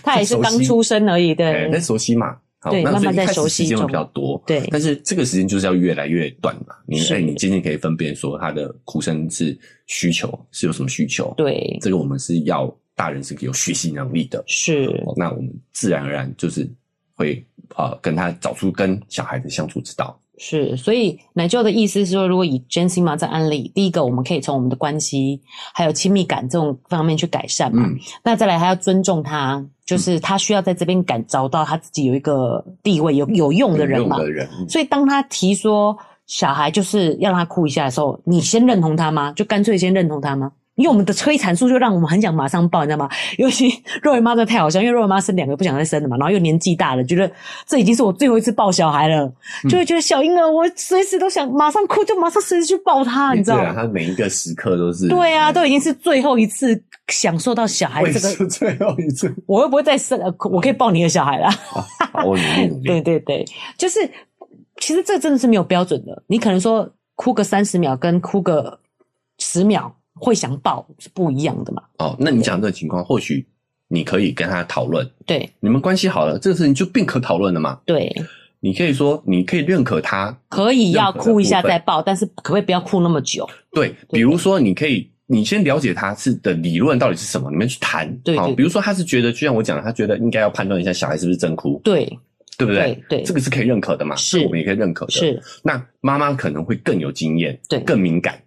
S1: 他也是
S2: 不熟
S1: 刚
S2: 悉
S1: 出生而已，
S2: 哎
S1: 对
S2: 但，熟悉嘛，好，
S1: 对
S2: 那
S1: 慢
S2: 所
S1: 慢
S2: 以一
S1: 在
S2: 开
S1: 熟
S2: 始
S1: 悉
S2: 时间会
S1: 中
S2: 比较多，
S1: 对
S2: 但是这个时间就是要越来越短嘛。你
S1: 是
S2: 哎，你渐渐可以分辨说他的哭声是需求是有什么需求，，
S1: 对，
S2: 这个我们是要大人是有学习能力的，
S1: 是，
S2: 哦那我们自然而然就是会呃跟他找出跟小孩的相处之道。
S1: 是，所以奶舅的意思是说，如果以 j e n s i m a 这案例，第一个我们可以从我们的关系还有亲密感这种方面去改善嘛。
S2: 嗯，
S1: 那再来，还要尊重他，就是他需要在这边感找到他自己有一个地位有有用的人
S2: 有用
S1: 嘛。
S2: 的人，嗯
S1: 所以当他提说小孩就是要让他哭一下的时候，你先认同他吗？就干脆先认同他吗？因为我们的催产素就让我们很想马上抱，你知道吗？ 尤其若维妈真的太好笑，因为若维妈生两个不想再生了嘛，然后又年纪大了，觉得这已经是我最后一次抱小孩了，
S2: 嗯
S1: 就会觉得小婴儿我随时都想马上哭，就马上随时去抱他，你知道
S2: 对啊，
S1: 吗？
S2: 他每一个时刻都是
S1: 对啊，都已经是最后一次享受到小孩
S2: 为
S1: 这个
S2: 是最后 一次，
S1: 我又不会再生，呃我可以抱你的小孩啦。
S2: 好，我努力努
S1: 对
S2: 力，
S1: 对对，就是其实这真的是没有标准的。你可能说哭个三十秒跟哭个十秒会想抱是不一样的嘛？
S2: 哦，那你讲这个情况，或许你可以跟他讨论，
S1: 对
S2: 你们关系好了，这个事情就并可讨论了嘛。
S1: 对，
S2: 你可以说，你可以认可他，
S1: 可以要
S2: 任何的
S1: 哭一下
S2: 部分
S1: 再抱，但是可不可以不要哭那么久？
S2: 对，比如说你可以。你先了解他是的理论到底是什么，你们去谈。
S1: 对
S2: 好
S1: 对
S2: 比如说他是觉得，就像我讲的，他觉得应该要判断一下小孩是不是真哭，
S1: 对
S2: 对不对？
S1: 对
S2: 这，个是可以认可的嘛？
S1: 是
S2: 这我们也可以认可的。
S1: 是
S2: 那妈妈可能会更有经验，
S1: 对
S2: 更敏感。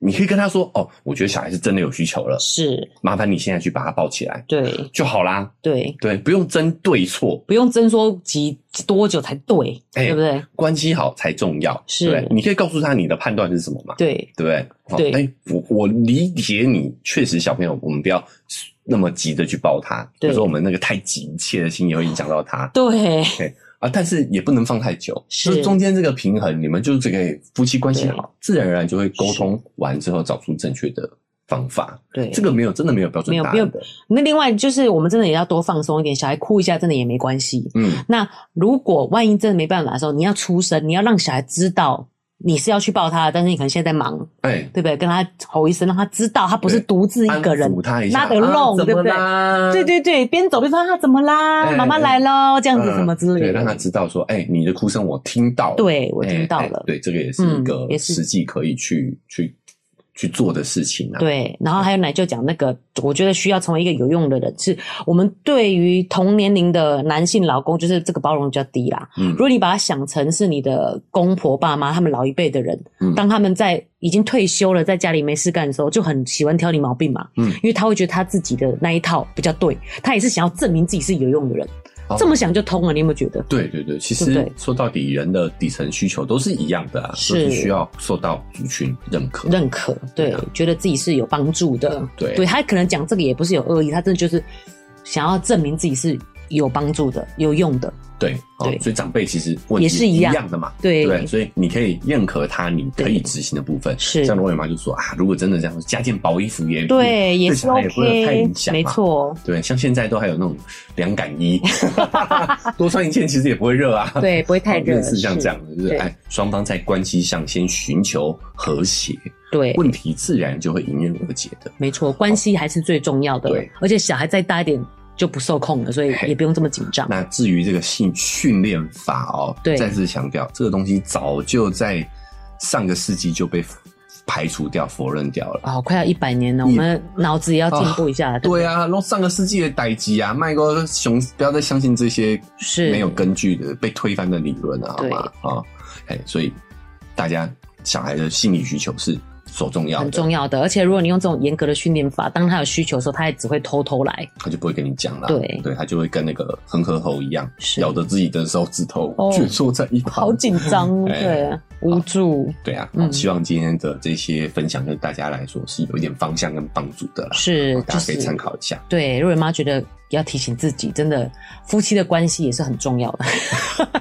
S2: 你可以跟她说：“哦，我觉得小孩是真的有需求了，
S1: 是，
S2: 麻烦你现在去把他抱起来
S1: 对
S2: 就好啦。
S1: 对”，
S2: 对，不用争对错，
S1: 不用争说几多久才对，
S2: 哎
S1: 对不对？
S2: 关系好才重要。
S1: 是
S2: 对不对你可以告诉他你的判断是什么嘛？
S1: 对
S2: 对不对？好
S1: 对
S2: 哎、我我理解你，确实小朋友，我们不要那么急着去抱他，
S1: 对
S2: 有时候我们那个太急切的心也会影响到他
S1: 对
S2: 啊。但是也不能放太久，
S1: 是
S2: 就是中间这个平衡，你们就是这个夫妻关系
S1: 对
S2: 好，自然而然就会沟通完之后找出正确的方法。
S1: 对，
S2: 这个没有真的没有标准
S1: 没有
S2: 答
S1: 没有
S2: 案的，
S1: 那另外就是我们真的也要多放松一点，小孩哭一下真的也没关系，
S2: 嗯，
S1: 那如果万一真的没办法的时候，你要出声，你要让小孩知道你是要去抱他的，但是你可能现在在忙，
S2: 哎。
S1: 对不对？跟他吼一声，让他知道他不是
S2: 对
S1: 独自一
S2: 安
S1: 个人
S2: 抚。他一下，
S1: 拉得拢
S2: 啊
S1: 对不对
S2: 怎么啦
S1: 对对对，边走边说他啊怎么啦，
S2: 哎
S1: 妈妈
S2: 哎
S1: 来喽，这样子
S2: 嗯
S1: 什么之
S2: 对，
S1: 类
S2: 让他
S1: 的。
S2: 知道说，哎、你的哭声我听到了，
S1: 对我
S2: 哎
S1: 听到
S2: 哎
S1: 了
S2: 对，这个也是
S1: 嗯
S2: 一个
S1: 也是
S2: 实际可以去、去去做的事情啊。，
S1: 对，然后还有奶就讲那个，我觉得需要成为一个有用的人，是我们对于同年龄的男性老公，就是这个包容比较低啦。
S2: 嗯
S1: 如，果你把它想成是你的公婆、爸妈，他们老一辈的人，
S2: 嗯
S1: 当他们在已经退休了，在家里没事干的时候，就很喜欢挑你毛病嘛，
S2: 嗯
S1: 因为他会觉得他自己的那一套比较对，他也是想要证明自己是有用的人，
S2: 哦
S1: 这么想就通了，你有没有觉得？
S2: 对对对，其
S1: 对不
S2: 实
S1: 对
S2: 说到底，人的底层需求都是一样的啊，
S1: 是
S2: 都是需要受到族群认可。
S1: 认可，对，
S2: 对啊
S1: 觉得自己是有帮助的，
S2: 对
S1: 他可能讲这个也不是有恶意，他真的就是想要证明自己是有帮助的、有用的，
S2: 对，哦
S1: 对
S2: 所以长辈其实问题
S1: 也是一
S2: 一
S1: 样
S2: 样的嘛。
S1: 对，
S2: 对，所以你可以认可他，你可以
S1: 对
S2: 执行的部分。
S1: 是
S2: 像罗伟妈就说啊，如果真的这样，加件薄衣服也嗯
S1: 对也
S2: 对
S1: 是
S2: 小孩也不会有太
S1: OK，
S2: 影响嘛
S1: 没错，
S2: 对，像现在都还有那种凉感衣， 多穿一件其实也不会热啊。
S1: 对，不会 太热，
S2: 类似像这样的，就是
S1: 对
S2: 哎，双方在关系上先寻求和谐，
S1: 对，
S2: 问题自然就会迎刃而解的。
S1: 没错，关系还是最重要的。
S2: 对，
S1: 而且小孩再大一点就不受控了，所以
S2: 嘿
S1: 也不用这么紧张。
S2: 那至于这个性训练法哦，
S1: 对
S2: 再次强调，这个东西早就在上个世纪就被排除掉、否认掉了。
S1: 哦，快要一百年了，我
S2: 一
S1: 们脑子也要进步一下了。
S2: 对啊，然后上个世纪的代际啊，麦哥熊不要再相信这些
S1: 是
S2: 没有根据的、被推翻的理论啊，好
S1: 对
S2: 吗？啊，哎，所以大家小孩的心理需求是所重要
S1: 很
S2: 的，
S1: 重要的。而且如果你用这种严格的训练法，当他有需求的时候，他也只会偷偷来。
S2: 他就不会跟你讲了，
S1: 对
S2: 对他就会跟那个恒河猴一样，
S1: 是
S2: 咬着自己的手指头
S1: 哦，
S2: 蜷缩在一旁，
S1: 好紧张，
S2: 哎
S1: 对，啊无助
S2: 对啊，
S1: 嗯
S2: 希望今天的这些分享对大家来说是有一点方向跟帮助的啦，
S1: 是
S2: 大
S1: 就
S2: 家可以参
S1: 是
S2: 考一下。
S1: 对。若瑞妈觉得要提醒自己，真的夫妻的关系也是很重 要的。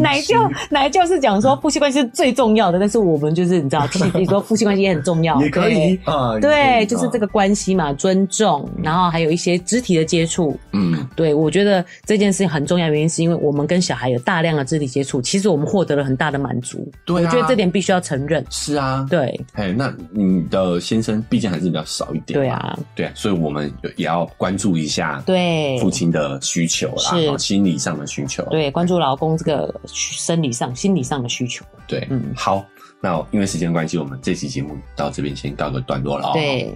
S1: 奶舅奶舅是讲说夫妻关系是最重要的，但是我们就是你 知道提醒自己说夫妻关系也很重要，
S2: 也可
S1: 对
S2: 以啊，
S1: 对，
S2: 也可以
S1: 就是这，
S2: 啊
S1: 个关系嘛，尊重，然后还有一些肢体的接触。
S2: 嗯，
S1: 对，我觉得这件事情很重要，原因是因为我们跟小孩有大量的肢体接触，其实我们获得了很大的满足。
S2: 对啊，
S1: 我觉得这点必须要承认。
S2: 是啊，
S1: 对，
S2: 哎，那你的先生毕竟还是比较少一点，
S1: 对，啊，
S2: 对啊，所以我们也要关注一下达
S1: 对
S2: 父亲的需求啦，
S1: 是
S2: 哦心理上的需求。
S1: 对，关注老公这个生理上、心理上的需求。
S2: 对，
S1: 嗯
S2: 好，那因为时间关系，我们这期节目到这边先告个段落了、哦。，
S1: 对，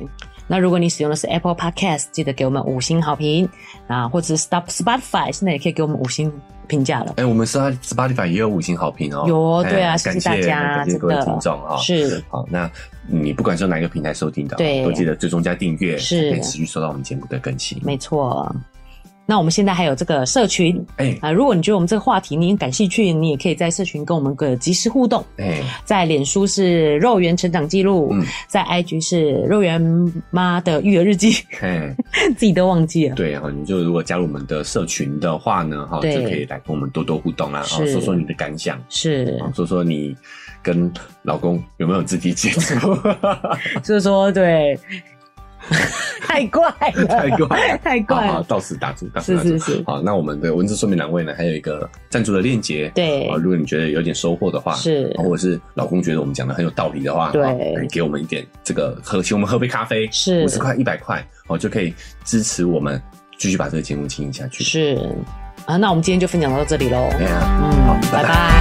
S1: 那如果你使用的是 Apple Podcast，记得给我们五星好评啊，或者是 Stop Spotify，现在也可以给我们五星评价了。
S2: 哎、我们 Sp- Spotify 也有五星好评哦。
S1: 有哦，
S2: 哎
S1: 对啊，
S2: 感
S1: 谢谢大家，
S2: 感谢
S1: 真
S2: 各位
S1: 的
S2: 听众啊、哦。
S1: 是
S2: 好，那你不管是用哪一个平台收听的，
S1: 对
S2: 都记得追踪加订阅，
S1: 是
S2: 可以持续收到我们节目的更新。
S1: 没错。那我们现在还有这个社群
S2: 哎
S1: 啊、如果你觉得我们这个话题你很感兴趣，你也可以在社群跟我们个及时互动。
S2: 哎、
S1: 在脸书是肉圆成长记录，
S2: 嗯
S1: 在 IG 是肉圆妈的育儿日记，
S2: 哎、
S1: 自己都忘记了。
S2: 对哈，哦你就如果加入我们的社群的话呢，哈，
S1: 对
S2: 就可以来跟我们多多互动啦，哈，
S1: 是
S2: 说说你的感想，
S1: 是，
S2: 啊，说说你跟老公有没有肢体接 触，
S1: 就是说对， 太怪了，
S2: 太怪了，
S1: 太怪
S2: 好好，
S1: 了，
S2: 到此打住，到此
S1: 是
S2: 打
S1: 是
S2: 住。
S1: 是，
S2: 好，那我们的文字说明栏位呢，还有一个赞助的链接。
S1: 对
S2: 啊，如果你觉得有点收获的话，
S1: 是
S2: 啊或者是老公觉得我们讲的很有道理的话，
S1: 对
S2: 啊哎给我们一点这个喝，请我们喝杯咖啡，
S1: 是
S2: 五十块、一百块，哦，就可以支持我们继续把这个节目经营下去。
S1: 是啊，那我们今天就分享到这里喽，
S2: 哎呀，
S1: 嗯
S2: 好，
S1: 拜
S2: 拜
S1: 拜。